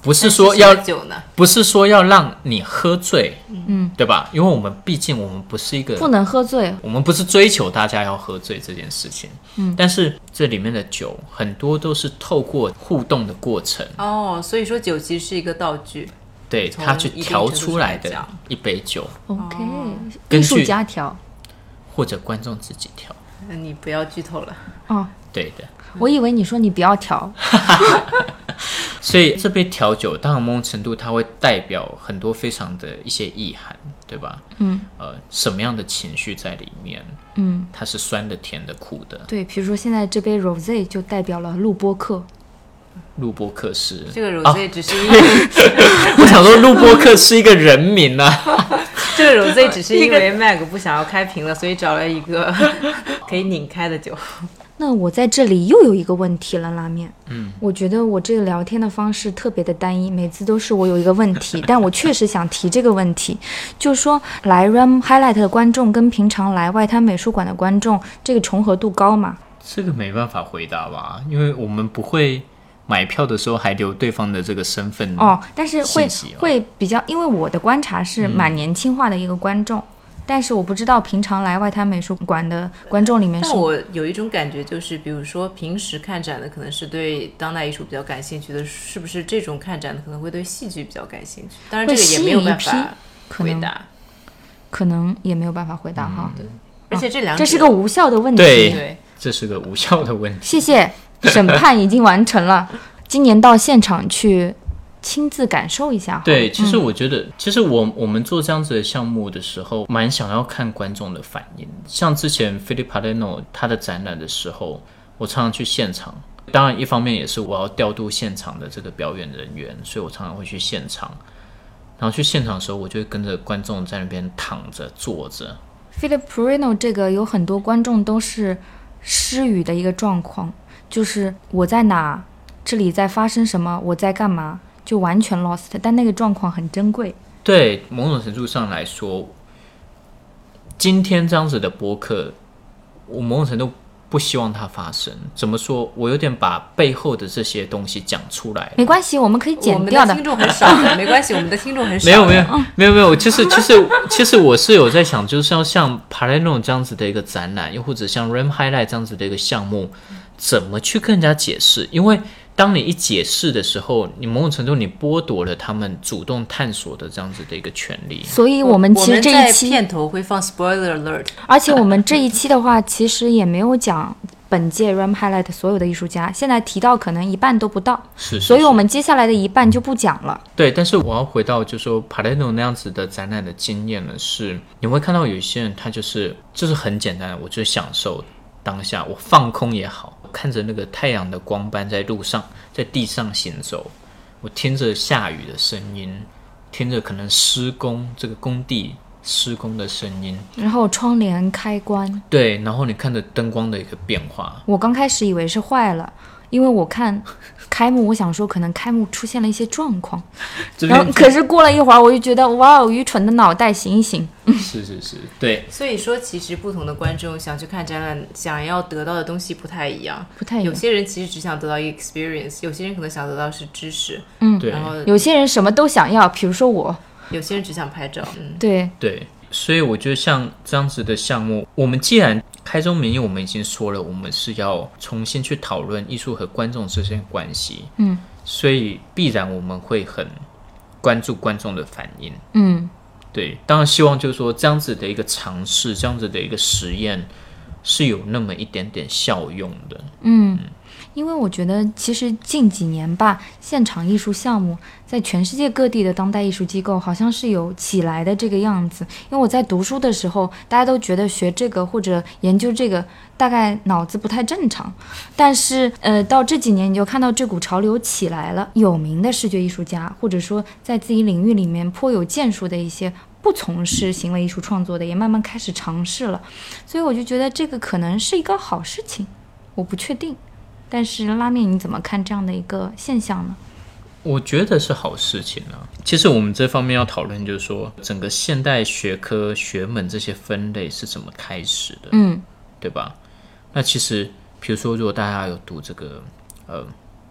[SPEAKER 3] 不是
[SPEAKER 2] 但
[SPEAKER 3] 说要
[SPEAKER 2] 现在酒呢？
[SPEAKER 3] 不是说要让你喝醉，嗯，对吧？因为我们毕竟我们不是一个，
[SPEAKER 1] 不能喝醉。
[SPEAKER 3] 我们不是追求大家要喝醉这件事情，嗯，但是这里面的酒很多都是透过互动的过程，
[SPEAKER 2] 哦，所以说酒其实是一个道具，
[SPEAKER 3] 对
[SPEAKER 2] 从
[SPEAKER 3] 他去
[SPEAKER 2] 一定
[SPEAKER 3] 调
[SPEAKER 2] 程度
[SPEAKER 3] 出
[SPEAKER 2] 上
[SPEAKER 3] 来
[SPEAKER 2] 来
[SPEAKER 3] 的
[SPEAKER 2] 讲
[SPEAKER 3] 一杯酒，
[SPEAKER 1] OK，、
[SPEAKER 3] 根
[SPEAKER 1] 艺
[SPEAKER 3] 据
[SPEAKER 1] 术家调。
[SPEAKER 3] 或者观众自己调，
[SPEAKER 2] 那嗯你不要剧透了。
[SPEAKER 1] 哦，
[SPEAKER 3] 对的。
[SPEAKER 1] 我以为你说你不要调。
[SPEAKER 3] 所以这杯调酒，当然某种程度它会代表很多非常的一些意涵，对吧？嗯，呃，什么样的情绪在里面？嗯，它是酸的、甜的、苦的。
[SPEAKER 1] 对，比如说现在这杯 rose 就代表了录播课。
[SPEAKER 3] 录播课是
[SPEAKER 2] 这个
[SPEAKER 3] 啊
[SPEAKER 2] rose 只是因为、
[SPEAKER 3] 我想说，录播客是一个人名啊。
[SPEAKER 2] 这个 rose 只是因为 Mag 不想要开瓶了，所以找了一个 可以拧开的 酒。
[SPEAKER 1] 那我在这里又有一个问题了，拉面。嗯，我觉得我这个聊天的方式特别的单一，每次都是我有一个问题，但我确实想提这个问题，就是说来 Ram Highlight 的观众跟平常来外滩美术馆的观众，这个重合度高吗？
[SPEAKER 3] 这个没办法回答吧，因为我们不会买票的时候还留对方的这个身份
[SPEAKER 1] 哦，但是会
[SPEAKER 3] 嗯信息哦嗯
[SPEAKER 1] 会比较，因为我的观察是蛮年轻化的一个观众，但是我不知道平常来外滩美术馆的观众里面是
[SPEAKER 2] 但我有一种感觉，就是比如说平时看展的可能是对当代艺术比较感兴趣的，是不是这种看展的可能会对戏剧比较感兴趣？当然这个也没有办
[SPEAKER 1] 会吸引
[SPEAKER 2] 法
[SPEAKER 1] 可
[SPEAKER 2] 回
[SPEAKER 1] 能啊
[SPEAKER 2] 答，
[SPEAKER 1] 可能也没有办法回答哈，
[SPEAKER 2] 而且这两者
[SPEAKER 1] 这是个无效的问题。
[SPEAKER 3] 嗯对
[SPEAKER 2] 对。
[SPEAKER 3] 这是个无效的问题。
[SPEAKER 1] 谢 谢，审判已经完成了。今年到现场去亲自感受一下好了。
[SPEAKER 3] 对，其实我觉得，其实我我们做这样子的项目的时候，蛮想要看观众的反应。像之前 Philip p a l e n o 他的展览的时候，我常常去现场。当然，一方面也是我要调度现场的这个表演人员，所以我常常会去现场。然后去现场的时候，我就会跟着观众在那边躺着、坐着，
[SPEAKER 1] Philip Perino 这个有很多观众都是失语的一个状况，就是我在哪，这里在发生什么，我在干嘛，就完全 lost。但那个状况很珍贵。
[SPEAKER 3] 对某种程度上来说，今天这样子的播客，我某种程度不希望它发生。怎么说？我有点把背后的这些东西讲出来了。
[SPEAKER 1] 没关系，我们可以
[SPEAKER 2] 我
[SPEAKER 1] 剪
[SPEAKER 2] 们
[SPEAKER 1] 掉的
[SPEAKER 2] 的听。众很少的，没关系，我们的听众很少。
[SPEAKER 3] 没有没有，
[SPEAKER 1] 哦
[SPEAKER 3] 没有没有，其实其实 其实我是有在想，就是要像 p a l e n o 这样子的一个展览，又或者像 Ram Highlight 这样子的一个项目，怎么去跟人家解释？因为当你一解释的时候，你某种程度你剥夺了他们主动探索的这样子的一个权利。
[SPEAKER 1] 所以我们其实这
[SPEAKER 2] 我们
[SPEAKER 1] 一
[SPEAKER 2] 在
[SPEAKER 1] 期，
[SPEAKER 2] 片头会放 spoiler alert，
[SPEAKER 1] 而且我们这一期的话，其实也没有讲本届 RAM Highlight 所有的艺术家，现在提到可能一半都不到，
[SPEAKER 3] 是是
[SPEAKER 1] 所以我们接下来的一半就不讲了。
[SPEAKER 3] 对，但是我要回到就说 Palermo 那样子的展览的经验呢，是你会看到有一些人他就是就是很简单，我就享受当下，我放空也好，看着那个太阳的光斑在路上在地上行走，我听着下雨的声音，听着可能施工这个工地施工的声音，
[SPEAKER 1] 然后窗帘开关，
[SPEAKER 3] 对，然后你看着灯光的一个变化，
[SPEAKER 1] 我刚开始以为是坏了，因为我看开幕，我想说可能开幕出现了一些状况，
[SPEAKER 3] 这
[SPEAKER 1] 然后
[SPEAKER 3] 边
[SPEAKER 1] 可是过了一会儿，我就觉得哇哦，愚蠢的脑袋醒一醒，
[SPEAKER 3] 是是是，对，
[SPEAKER 2] 所以说，其实不同的观众想去看展览，想要得到的东西不太一样。
[SPEAKER 1] 不太一
[SPEAKER 2] 有
[SPEAKER 1] 样。
[SPEAKER 2] 些人其实只想得到一个 experience，有些人可能想得到是知识，
[SPEAKER 1] 嗯
[SPEAKER 3] 对
[SPEAKER 2] 然后
[SPEAKER 1] 有些人什么都想要，比如说我，
[SPEAKER 2] 有些人只想拍照。嗯，
[SPEAKER 1] 对，
[SPEAKER 3] 对，所以我觉得像这样子的项目，我们既然开宗明义，我们已经说了，我们是要重新去讨论艺术和观众之间的关系，
[SPEAKER 1] 嗯，
[SPEAKER 3] 所以必然我们会很关注观众的反应。
[SPEAKER 1] 嗯，
[SPEAKER 3] 对，当然希望就是说这样子的一个尝试，这样子的一个实验是有那么一点点效用的。
[SPEAKER 1] 嗯因为我觉得其实近几年吧，现场艺术项目在全世界各地的当代艺术机构好像是有起来的这个样子。因为我在读书的时候，大家都觉得学这个或者研究这个大概脑子不太正常，但是呃，到这几年你就看到这股潮流起来了，有名的视觉艺术家或者说在自己领域里面颇有建树的一些。不从事行为艺术创作的也慢慢开始尝试了，所以我就觉得这个可能是一个好事情，我不确定。但是拉面你怎么看这样的一个现象呢？
[SPEAKER 3] 我觉得是好事情啊。其实我们这方面要讨论，就是说整个现代学科学门这些分类是怎么开始的。
[SPEAKER 1] 嗯，
[SPEAKER 3] 对吧？那其实，比如说，如果大家有读这个呃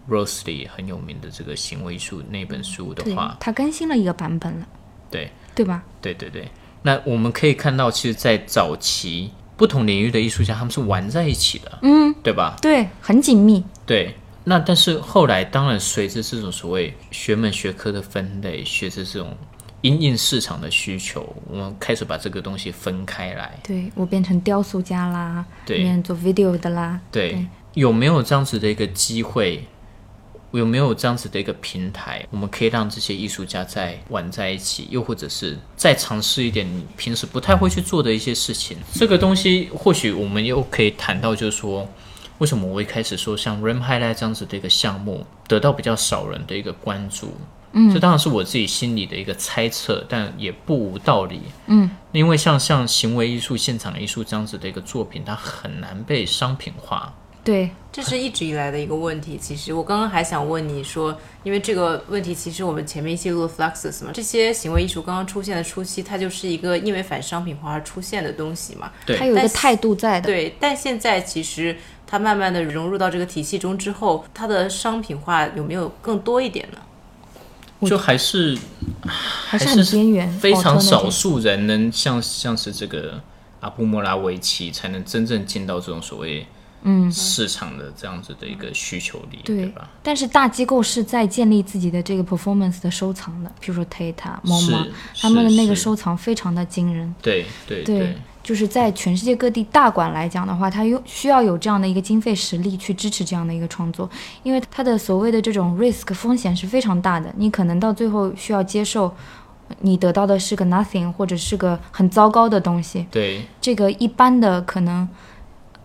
[SPEAKER 3] Rosely 很有名的这个行为艺术那本书的
[SPEAKER 1] 对
[SPEAKER 3] 话，，
[SPEAKER 1] 它更新了一个版本了，
[SPEAKER 3] 嗯对
[SPEAKER 1] 对吧？
[SPEAKER 3] 对对对，那我们可以看到，其实，在早期不同领域的艺术家他们是玩在一起的，嗯，对吧？
[SPEAKER 1] 对，很紧密。
[SPEAKER 3] 对，那但是后来当然随着这种所谓学门学科的分类，随着这种因应市场的需求，我们开始把这个东西分开来，
[SPEAKER 1] 对我变成雕塑家啦，
[SPEAKER 3] 对
[SPEAKER 1] 变成做 video 的啦，
[SPEAKER 3] 对，有没有这样子的一个机会？有没有这样子的一个平台，我们可以让这些艺术家在玩在一起，又或者是再尝试一点你平时不太会去做的一些事情？这个东西或许我们又可以谈到，就是说，为什么我一开始说像 Ram Highlight 这样子的一个项目得到比较少人的一个关注？嗯，这当然是我自己心里的一个猜测，但也不无道理。嗯，因为像像行为艺术、现场艺术这样子的一个作品，它很难被商品化。
[SPEAKER 1] 对，
[SPEAKER 2] 这是一直以来的一个问题。其实我刚刚还想问你说，因为这个问题，其实我们前面一期录的 Fluxus 嘛，这些行为艺术刚刚出现的初期，它就是一个因为反商品化而出现的东西嘛。
[SPEAKER 3] 对
[SPEAKER 1] 它有一个
[SPEAKER 2] 但是
[SPEAKER 1] 态度在的，
[SPEAKER 2] 对，但现在其实它慢慢的融入到这个体系中之后，它的商品化有没有更多一点呢？
[SPEAKER 3] 就还是
[SPEAKER 1] 还是
[SPEAKER 3] 还
[SPEAKER 1] 很
[SPEAKER 3] 是
[SPEAKER 1] 边缘，
[SPEAKER 3] 非常
[SPEAKER 1] alternative
[SPEAKER 3] 少数人能像像是这个阿布莫拉维奇才能真正进到这种所谓嗯市场的这样子的一个需求里，对
[SPEAKER 1] 对
[SPEAKER 3] 吧？，
[SPEAKER 1] 但是大机构是在建立自己的这个 performance 的收藏的，比如说 Tata、MoMA，
[SPEAKER 3] 是
[SPEAKER 1] 他们的
[SPEAKER 3] 是
[SPEAKER 1] 那个
[SPEAKER 3] 是
[SPEAKER 1] 收藏非常的惊人。
[SPEAKER 3] 对对
[SPEAKER 1] 对，就是在全世界各地大馆来讲的话，它有需要有这样的一个经费实力去支持这样的一个创作，因为它的所谓的这种 risk 风险是非常大的，你可能到最后需要接受。你得到的是个 nothing，或者是个很糟糕的东西。
[SPEAKER 3] 对
[SPEAKER 1] 这个一般的可能，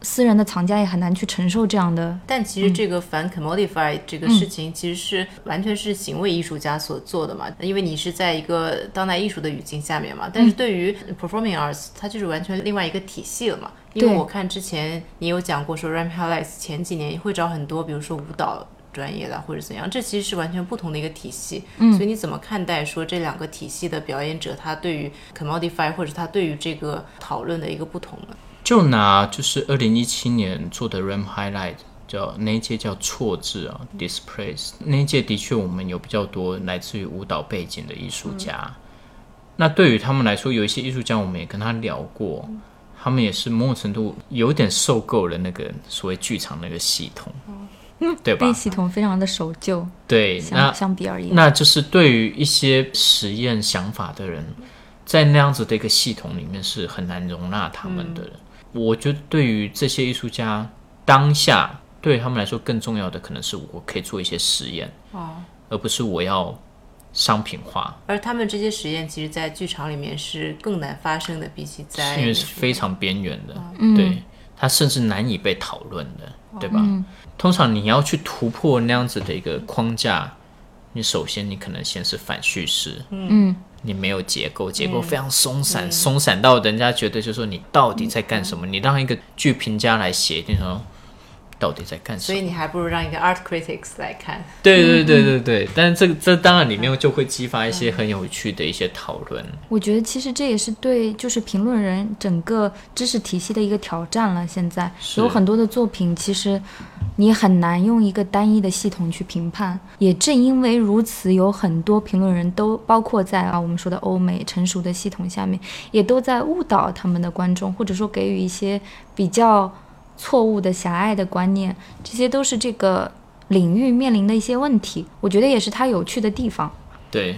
[SPEAKER 1] 私人的藏家也很难去承受这样的。
[SPEAKER 2] 但其实这个反 commodify 这个事情，其实是完全是行为艺术家所做的嘛，因为你是在一个当代艺术的语境下面嘛。但是对于 performing arts，它就是完全另外一个体系了嘛。因为
[SPEAKER 1] 对
[SPEAKER 2] 我看之前你有讲过说 Ram Highlights 前几年会找很多，比如说舞蹈专业的或者怎样，这其实是完全不同的一个体系。嗯，所以你怎么看待说这两个体系的表演者，他对于 commodify 或者他对于这个讨论的一个不同呢？
[SPEAKER 3] 就拿就是二零一七年做的 RAM Highlight。叫那一届叫错字啊，displace 那一届的确我们有比较多来自于舞蹈背景的艺术家，那对于他们来说，有一些艺术家我们也跟他聊过，他们也是某种程度有点受够了那个所谓剧场那个系统，对吧
[SPEAKER 1] 那？系统非常的守旧，
[SPEAKER 3] 对，那
[SPEAKER 1] 相相比而言，
[SPEAKER 3] 那就是对于一些实验想法的人，在那样子的一个系统里面是很难容纳他们的。我觉得对于这些艺术家，当下对他们来说更重要的，可能是我可以做一些实验，
[SPEAKER 2] 哦，
[SPEAKER 3] 而不是我要商品化，
[SPEAKER 2] 而他们这些实验，其实，在剧场里面是更难发生的，比起在嗯
[SPEAKER 3] 因为是非常边缘的，对，它甚至难以被讨论的，对吧？
[SPEAKER 2] 嗯
[SPEAKER 3] 通常你要去突破那样子的一个框架，你首先你可能先是反叙事，
[SPEAKER 1] 嗯，
[SPEAKER 3] 你没有结构，
[SPEAKER 2] 嗯
[SPEAKER 3] 结构非常松散，松散到人家觉得就是说你到底在干什么？
[SPEAKER 2] 嗯
[SPEAKER 3] 你让一个剧评家来写，你说到底在干什
[SPEAKER 2] 所
[SPEAKER 3] 么
[SPEAKER 2] 以？你还不如让一个 art critics 来看。
[SPEAKER 3] 对对对
[SPEAKER 2] 嗯
[SPEAKER 3] 对对，但是这个这当然里面就会激发一些很有趣的一些讨论。
[SPEAKER 1] 我觉得其实这也是对就是评论人整个知识体系的一个挑战了。现在
[SPEAKER 3] 是
[SPEAKER 1] 有很多的作品，其实你很难用一个单一的系统去评判。也正因为如此，有很多评论人都包括在啊我们说的欧美成熟的系统下面，也都在误导他们的观众，或者说给予一些比较错误的狭隘的观念，这些都是这个领域面临的一些问题。我觉得也是它有趣的地方。
[SPEAKER 3] 对，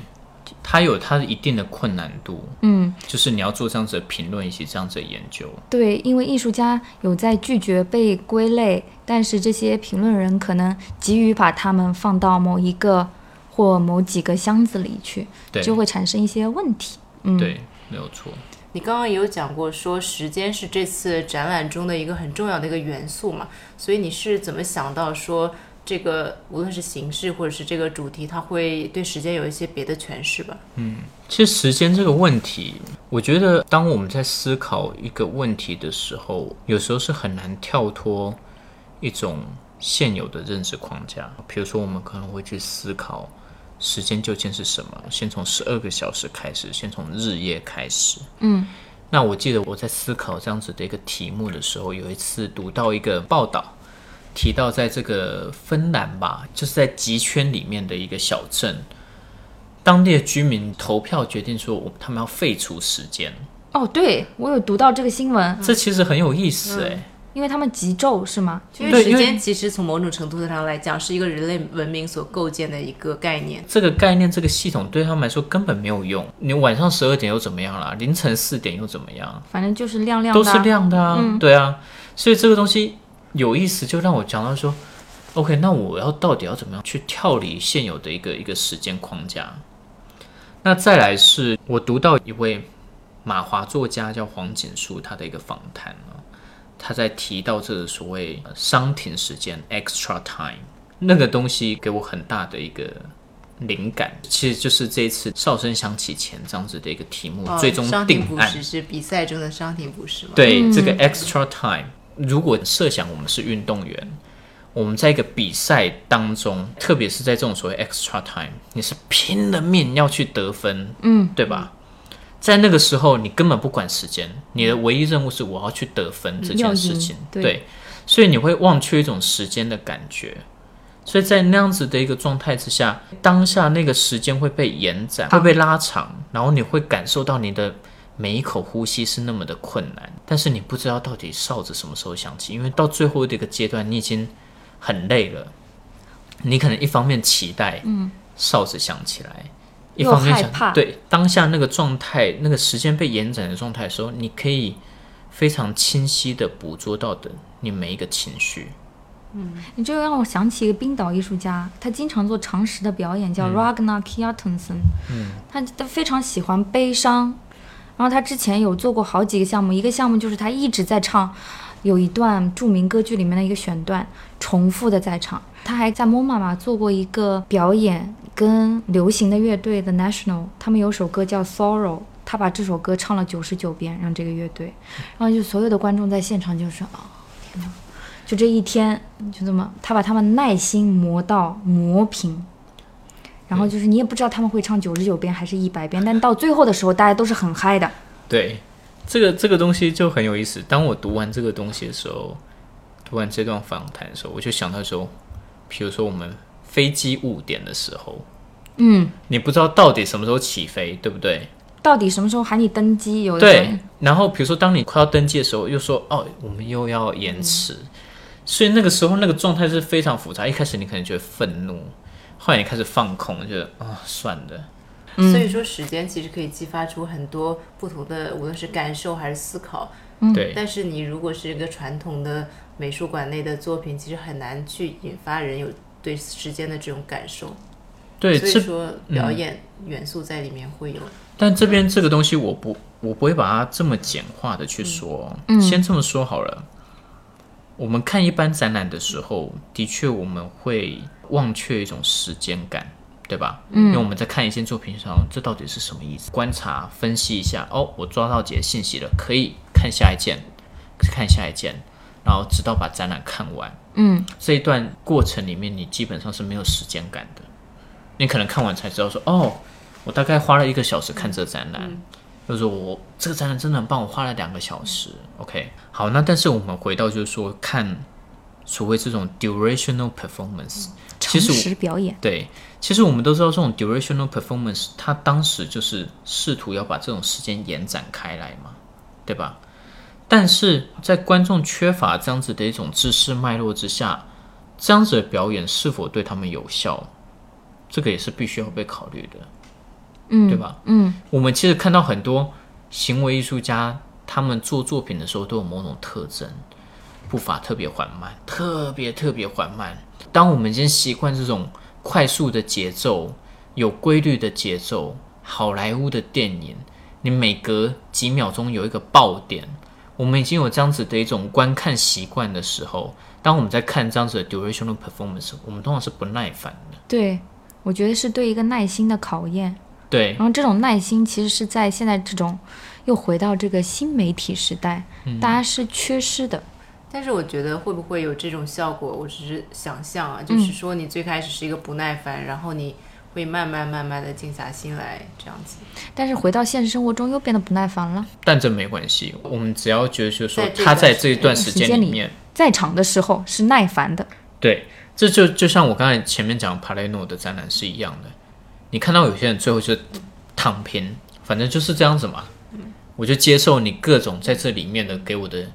[SPEAKER 3] 它有它一定的困难度，
[SPEAKER 1] 嗯，
[SPEAKER 3] 就是你要做这样子的评论以及这样子的研究。
[SPEAKER 1] 对，因为艺术家有在拒绝被归类，但是这些评论人可能急于把他们放到某一个或某几个箱子里去，
[SPEAKER 3] 对，
[SPEAKER 1] 就会产生一些问题。嗯，
[SPEAKER 3] 对，没有错。
[SPEAKER 2] 你刚刚也有讲过，说时间是这次展览中的一个很重要的一个元素嘛，所以你是怎么想到说这个无论是形式或者是这个主题，它会对时间有一些别的诠释吧？
[SPEAKER 3] 其实时间这个问题，我觉得当我们在思考一个问题的时候，有时候是很难跳脱一种现有的认知框架。比如说，我们可能会去思考时间究竟是什么，先从十二个小时开始，先从日夜开始。嗯，那我记得我在思考这样子的一个题目的时候，有一次读到一个报道。提到在这个芬兰吧，就是在极圈里面的一个小镇，当地的居民投票决定说，我他们要废除时间，
[SPEAKER 1] 哦，对我有读到这个新闻，
[SPEAKER 3] 这其实很有意思哎、
[SPEAKER 1] 因为他们急骤是吗？
[SPEAKER 2] 因为
[SPEAKER 3] 对
[SPEAKER 2] 时
[SPEAKER 3] 因为
[SPEAKER 2] 间其实从某种程度上来讲，是一个人类文明所构建的一个概念。
[SPEAKER 3] 这个概念、这个系统对他们来说根本没有用。你晚上十二点又怎么样啦？凌晨四点又怎么样？
[SPEAKER 1] 反正就是亮亮的
[SPEAKER 3] 都
[SPEAKER 1] 啊，
[SPEAKER 3] 是亮的啊，对啊。所以这个东西有意思，就让我讲到说，OK，那我要到底要怎么样去跳离现有的一个一个时间框架？那再来是我读到一位马华作家叫黄锦书他的一个访谈啊，他在提到这个所谓呃商停时间 （extra time） 那个东西，给我很大的一个。灵感其实就是这一次哨声响起前这样子的一个题目，
[SPEAKER 2] 哦
[SPEAKER 3] 嗯最终
[SPEAKER 2] 商
[SPEAKER 3] 定
[SPEAKER 2] 品捕
[SPEAKER 3] 案。
[SPEAKER 2] 食是比赛中的商品捕食嘛？
[SPEAKER 3] 对、这个 extra time，如果设想我们是运动员，我们在一个比赛当中，特别是在这种所谓 extra time，你是拼了命要去得分，嗯，对吧？在那个时候，你根本不管时间，你的唯一任务是我要去得分这件事情
[SPEAKER 1] 要赢，对
[SPEAKER 3] 所以你会忘却一种时间的感觉。所以在那样子的一个状态之下，当下那个时间会被延展，会被拉长，然后你会感受到你的每一口呼吸是那么的困难，但是你不知道到底哨子什么时候响起，因为到最后的一个阶段，你已经很累了，你可能一方面期待，嗯，哨子响起来，一
[SPEAKER 1] 又
[SPEAKER 3] 方面
[SPEAKER 1] 害
[SPEAKER 3] 想
[SPEAKER 1] 怕
[SPEAKER 3] 对当下那个状态，那个时间被延展的状态的时候，你可以非常清晰的捕捉到的你每一个情绪，
[SPEAKER 1] 你这个让我想起一个冰岛艺术家，他经常做常识的表演，叫 Ragnar Kjartansson。嗯，他他非常喜欢悲伤，然后他之前有做过好几个项目，一个项目就是他一直在唱，有一段著名歌剧里面的一个选段，重复的在唱。他还在 MoMA 嘛做过一个表演，跟流行的乐队 The National，他们有首歌叫 Sorrow。他把这首歌唱了九十九遍，让这个乐队，然后就所有的观众在现场就是啊、就这一天，就这么，他把他们耐心磨到磨平，然后就是你也不知道他们会唱九十九遍还是一百遍，但到最后的时候，大家都是很嗨的。
[SPEAKER 3] 对，这个这个东西就很有意思。当我读完这个东西的时候，读完这段访谈的时候，我就想到说，比如说我们飞机误点的时候，
[SPEAKER 1] 嗯，
[SPEAKER 3] 你不知道到底什么时候起飞，对不对？
[SPEAKER 1] 到底什么时候喊你登机？有的
[SPEAKER 3] 对
[SPEAKER 1] 人。
[SPEAKER 3] 然后比如说当你快要登机的时候，又说哦，我们又要延迟，
[SPEAKER 2] 嗯
[SPEAKER 3] 所以那个时候那个状态是非常复杂。一开始你可能觉得愤怒，后来你开始放空，觉得啊、算了。嗯
[SPEAKER 2] 所以说，时间其实可以激发出很多不同的，无论是感受还是思考。
[SPEAKER 3] 对
[SPEAKER 2] 但是你如果是一个传统的美术馆内的作品，其实很难去引发人有对时间的这种感受。
[SPEAKER 3] 对，嗯
[SPEAKER 2] 所以
[SPEAKER 3] 这
[SPEAKER 2] 说表演元素在里面会有。
[SPEAKER 3] 但这边这个东西我不我不会把它这么简化的去说，先这么说好了。我们看一般展览的时候，的确我们会忘却一种时间感，对吧？嗯，因为我们在看一件作品上，这到底是什么意思？观察分析一下，哦，我抓到几个信息了，可以看下一件，看下一件，然后直到把展览看完。嗯，这一段过程里面，你基本上是没有时间感的。你可能看完才知道说，哦，我大概花了一个小时看这个展览，就是说我这个展览真的很棒，我花了两个小时。OK，好，那但是我们回到就是说看所谓这种 durational performance，其
[SPEAKER 1] 常
[SPEAKER 3] 嗯实我
[SPEAKER 1] 识表演，
[SPEAKER 3] 对，其实我们都知道这种 durational performance，它当时就是试图要把这种时间延展开来嘛，对吧？但是在观众缺乏这样子的一种知识脉络之下，这样子的表演是否对他们有效，这个也是必须要被考虑的，嗯，对吧？嗯，我们其实看到很多行为艺术家，他们做作品的时候都有某种特征，步伐特别缓慢，特别特别缓慢。当我们已经习惯这种快速的节奏、有规律的节奏，好莱坞的电影，你每隔几秒钟有一个爆点，我们已经有这样子的一种观看习惯的时候，当我们在看这样子的 durational performance，我们通常是不耐烦的。
[SPEAKER 1] 对我觉得是对一个耐心的考验。
[SPEAKER 3] 对，
[SPEAKER 1] 然后这种耐心其实是在现在这种又回到这个新媒体时代，
[SPEAKER 3] 嗯
[SPEAKER 1] 大家是缺失的。
[SPEAKER 2] 但是我觉得会不会有这种效果，我只是想象啊，
[SPEAKER 3] 嗯
[SPEAKER 2] 就是说你最开始是一个不耐烦，然后你会慢慢慢慢的静下心来，这样子。
[SPEAKER 1] 但是回到现实生活中又变得不耐烦了。
[SPEAKER 3] 但这没关系，我们只要觉得就是说
[SPEAKER 2] 在，这
[SPEAKER 3] 他
[SPEAKER 2] 段
[SPEAKER 3] 在
[SPEAKER 2] 时
[SPEAKER 3] 这一段时
[SPEAKER 1] 时间
[SPEAKER 3] 间里
[SPEAKER 1] 里
[SPEAKER 3] 面，
[SPEAKER 1] 在场的时候是耐烦的，
[SPEAKER 3] 对，这就就像我刚才前面讲帕雷诺的展览是一样的，你看到有些人最后就躺平，反正就是这样子嘛。我就接受你各种在这里面的给我的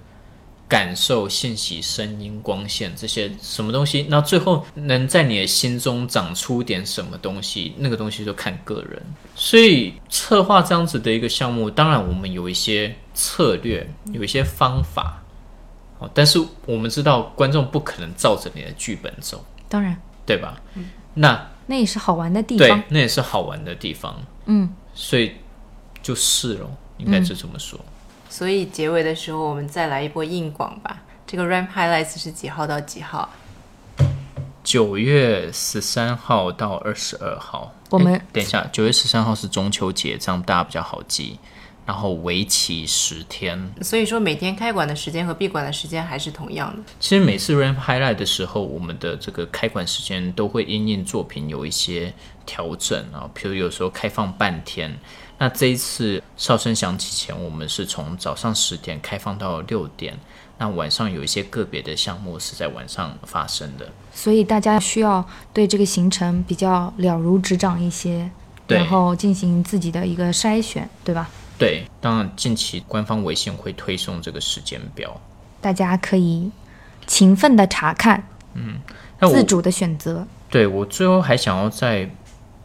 [SPEAKER 3] 感受、信息、声音、光线这些什么东西，那最后能在你的心中长出点什么东西，那个东西就看个人。所以策划这样子的一个项目，当然我们有一些策略，有一些方法。哦，但是我们知道观众不可能照着你的剧本走，
[SPEAKER 1] 当然
[SPEAKER 3] 对吧？那
[SPEAKER 1] 那也是好玩的地
[SPEAKER 3] 对
[SPEAKER 1] 方。，
[SPEAKER 3] 那也是好玩的地方。
[SPEAKER 1] 嗯，
[SPEAKER 3] 所以就是咯，应该是这么说。
[SPEAKER 2] 所以结尾的时候，我们再来一波硬广吧。这个 Ramp Highlights 是几号到几号？
[SPEAKER 3] 九、月十三号到二十二号，
[SPEAKER 1] 我们
[SPEAKER 3] 诶等一下，九月十三号是中秋节，这样大家比较好记。然后为期十天，
[SPEAKER 2] 所以说每天开馆的时间和闭馆的时间还是同样的。
[SPEAKER 3] 其实每次 ramp highlight 的时候，我们的这个开馆时间都会因应作品有一些调整啊，比如有时候开放半天。那这一次哨声响起前，我们是从早上十点开放到六点，那晚上有一些个别的项目是在晚上发生的。
[SPEAKER 1] 所以大家需要对这个行程比较了如指掌一些，
[SPEAKER 3] 对
[SPEAKER 1] 然后进行自己的一个筛选，对吧？
[SPEAKER 3] 对，当然近期官方微信会推送这个时间表。
[SPEAKER 1] 大家可以勤奋的查看，
[SPEAKER 3] 那我
[SPEAKER 1] 自主的选择。
[SPEAKER 3] 对我最后还想要再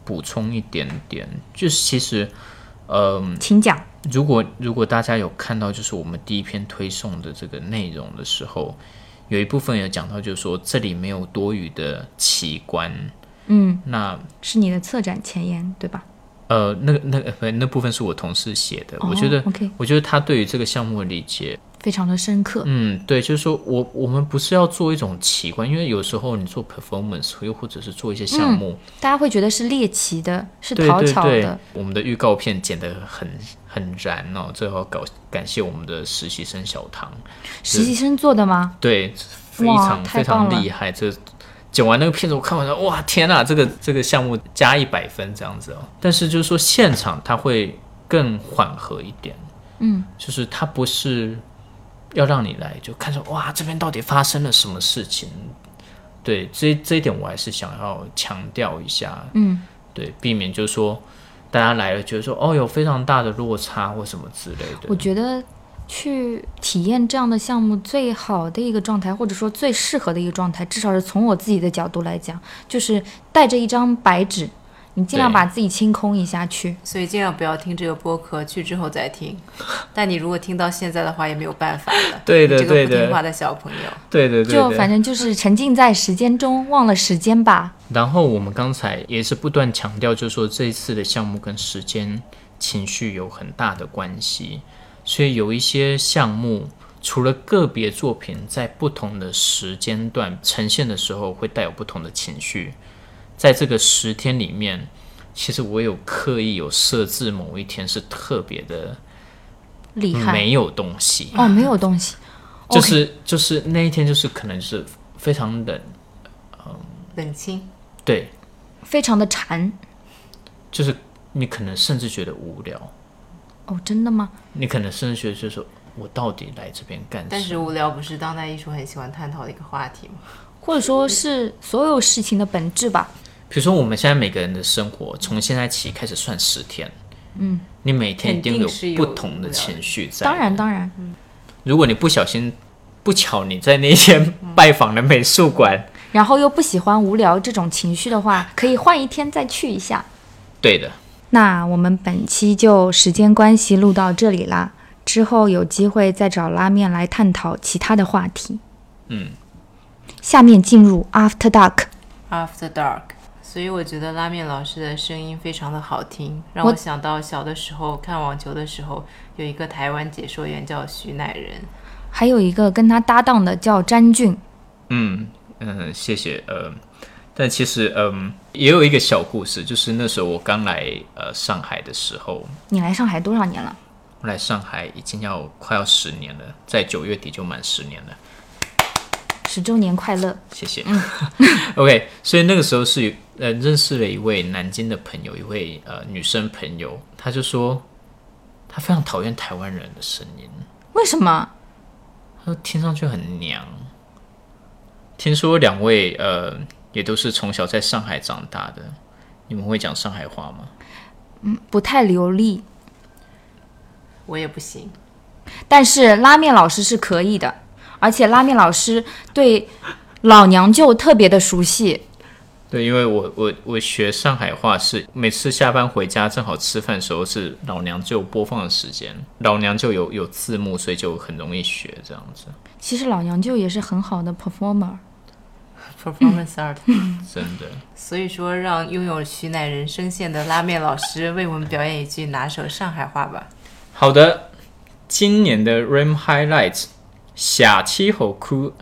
[SPEAKER 3] 补充一点点，就是其实，嗯、
[SPEAKER 1] 请讲，
[SPEAKER 3] 如果如果大家有看到，就是我们第一篇推送的这个内容的时候，有一部分有讲到，就是说这里没有多余的奇观。嗯，那
[SPEAKER 1] 是你的策展前言，对吧？
[SPEAKER 3] 呃，那个那个不那部分是我同事写的，
[SPEAKER 1] 哦
[SPEAKER 3] 我觉得
[SPEAKER 1] OK
[SPEAKER 3] 我觉得他对于这个项目的理解
[SPEAKER 1] 非常的深刻。
[SPEAKER 3] 嗯，对，就是说我我们不是要做一种奇观，因为有时候你做 performance 又或者是做一些项目，
[SPEAKER 1] 大家会觉得是猎奇的，嗯是
[SPEAKER 3] 对
[SPEAKER 1] 讨
[SPEAKER 3] 对
[SPEAKER 1] 巧的，
[SPEAKER 3] 对，我们的预告片剪得很很燃哦，最后搞感谢我们的实习生小唐，
[SPEAKER 1] 实习生做的吗？
[SPEAKER 3] 对，非
[SPEAKER 1] 哇
[SPEAKER 3] 常
[SPEAKER 1] 太
[SPEAKER 3] 非常
[SPEAKER 1] 棒了
[SPEAKER 3] 厉害，这剪完那个片子我看完了，哇天啊呐，这个这个项目加一百分这样子哦，但是就是说现场它会更缓和一点，嗯，就是它不是要让你来就看说哇这边到底发生了什么事情，对，这这一点我还是想要强调一下，嗯，对，避免就是说大家来了觉得说哦有非常大的落差或什么之类的，
[SPEAKER 1] 我觉得去体验这样的项目最好的一个状态，或者说最适合的一个状态，至少是从我自己的角度来讲，就是带着一张白纸，你尽量把自己清空一下去。
[SPEAKER 2] 所以尽量不要听这个播客，去之后再 听。但你如果听到现在的话，也没有办法了。
[SPEAKER 3] 对的
[SPEAKER 2] 你这
[SPEAKER 3] 对
[SPEAKER 2] 个不
[SPEAKER 3] 的
[SPEAKER 2] 听话的小朋友，
[SPEAKER 3] 对对对
[SPEAKER 1] 就
[SPEAKER 3] 对
[SPEAKER 1] 反正就是沉浸在时间中，忘了时间吧。
[SPEAKER 3] 然后我们刚才也是不断强调，就是说这一次的项目跟时间、情绪有很大的关系，所以有一些项目除了个别作品在不同的时间段呈现的时候会带有不同的情绪，在这个十天里面，其实我有刻意有设置某一天是特别的
[SPEAKER 1] 厉害
[SPEAKER 3] 嗯没有东西，
[SPEAKER 1] 哦，没有东西，
[SPEAKER 3] 就是就是那一天就是可能是非常冷，
[SPEAKER 2] 冷清。
[SPEAKER 3] 对，
[SPEAKER 1] 非常的馋
[SPEAKER 3] 就是你可能甚至觉得无聊。
[SPEAKER 1] 哦，真的吗？
[SPEAKER 3] 你可能甚至觉得就是说我到底来这边干
[SPEAKER 2] 但
[SPEAKER 3] 什
[SPEAKER 2] 是
[SPEAKER 3] 么？
[SPEAKER 2] 无聊不是当代艺术很喜欢探讨的一个话题吗？
[SPEAKER 1] 或者说是所有事情的本质吧？
[SPEAKER 3] 比如说我们现在每个人的生活，从现在起开始算十天，嗯，你每天一定
[SPEAKER 2] 肯定是有
[SPEAKER 3] 不同的情绪在。
[SPEAKER 1] 当然，，当然，
[SPEAKER 3] 如果你不小心不巧你在那天拜访了美术馆，
[SPEAKER 1] 然后又不喜欢无聊这种情绪的话，可以换一天再去一下。
[SPEAKER 3] 对的，
[SPEAKER 1] 那我们本期就时间关系录到这里啦，之后有机会再找拉面来探讨其他的话题。
[SPEAKER 3] 嗯，
[SPEAKER 1] 下面进入 After Dark。
[SPEAKER 2] After Dark。所以我觉得拉面老师的声音非常的好听，让
[SPEAKER 1] 我
[SPEAKER 2] 我想到小的时候看网球的时候，有一个台湾解说员叫徐乃仁，
[SPEAKER 1] 还有一个跟他搭档的叫詹俊，
[SPEAKER 3] 嗯嗯、呃谢谢，呃，但其实嗯、也有一个小故事，就是那时候我刚来呃上海的时候，
[SPEAKER 1] 你来上海多少年了？
[SPEAKER 3] 我来上海已经要快要十年了，在九月底就满十年了。
[SPEAKER 1] 十周年快乐！
[SPEAKER 3] 谢谢。OK，所以那个时候是呃认识了一位南京的朋友，一位呃女生朋友，她就说她非常讨厌台湾人的声音，
[SPEAKER 1] 为什么？
[SPEAKER 3] 她说听上去很娘。听说两位呃也都是从小在上海长大的，你们会讲上海话吗？
[SPEAKER 1] 不太流利，
[SPEAKER 2] 我也不行。
[SPEAKER 1] 但是拉面老师是可以的，而且拉面老师对老娘舅特别的熟悉。
[SPEAKER 3] 对，因为我我我学上海话是每次下班回家正好吃饭的时候是老娘舅播放的时间，老娘舅有有字幕，所以就很容易学这样子。
[SPEAKER 1] 其实老娘舅也是很好的 performer。
[SPEAKER 2] Performance art，、
[SPEAKER 3] 真的，
[SPEAKER 2] 所以说让拥有徐乃仁声线的拉面老师为我们表演一句拿手上海话吧。
[SPEAKER 3] 好的，今年的 RAM Highlight 下气候哭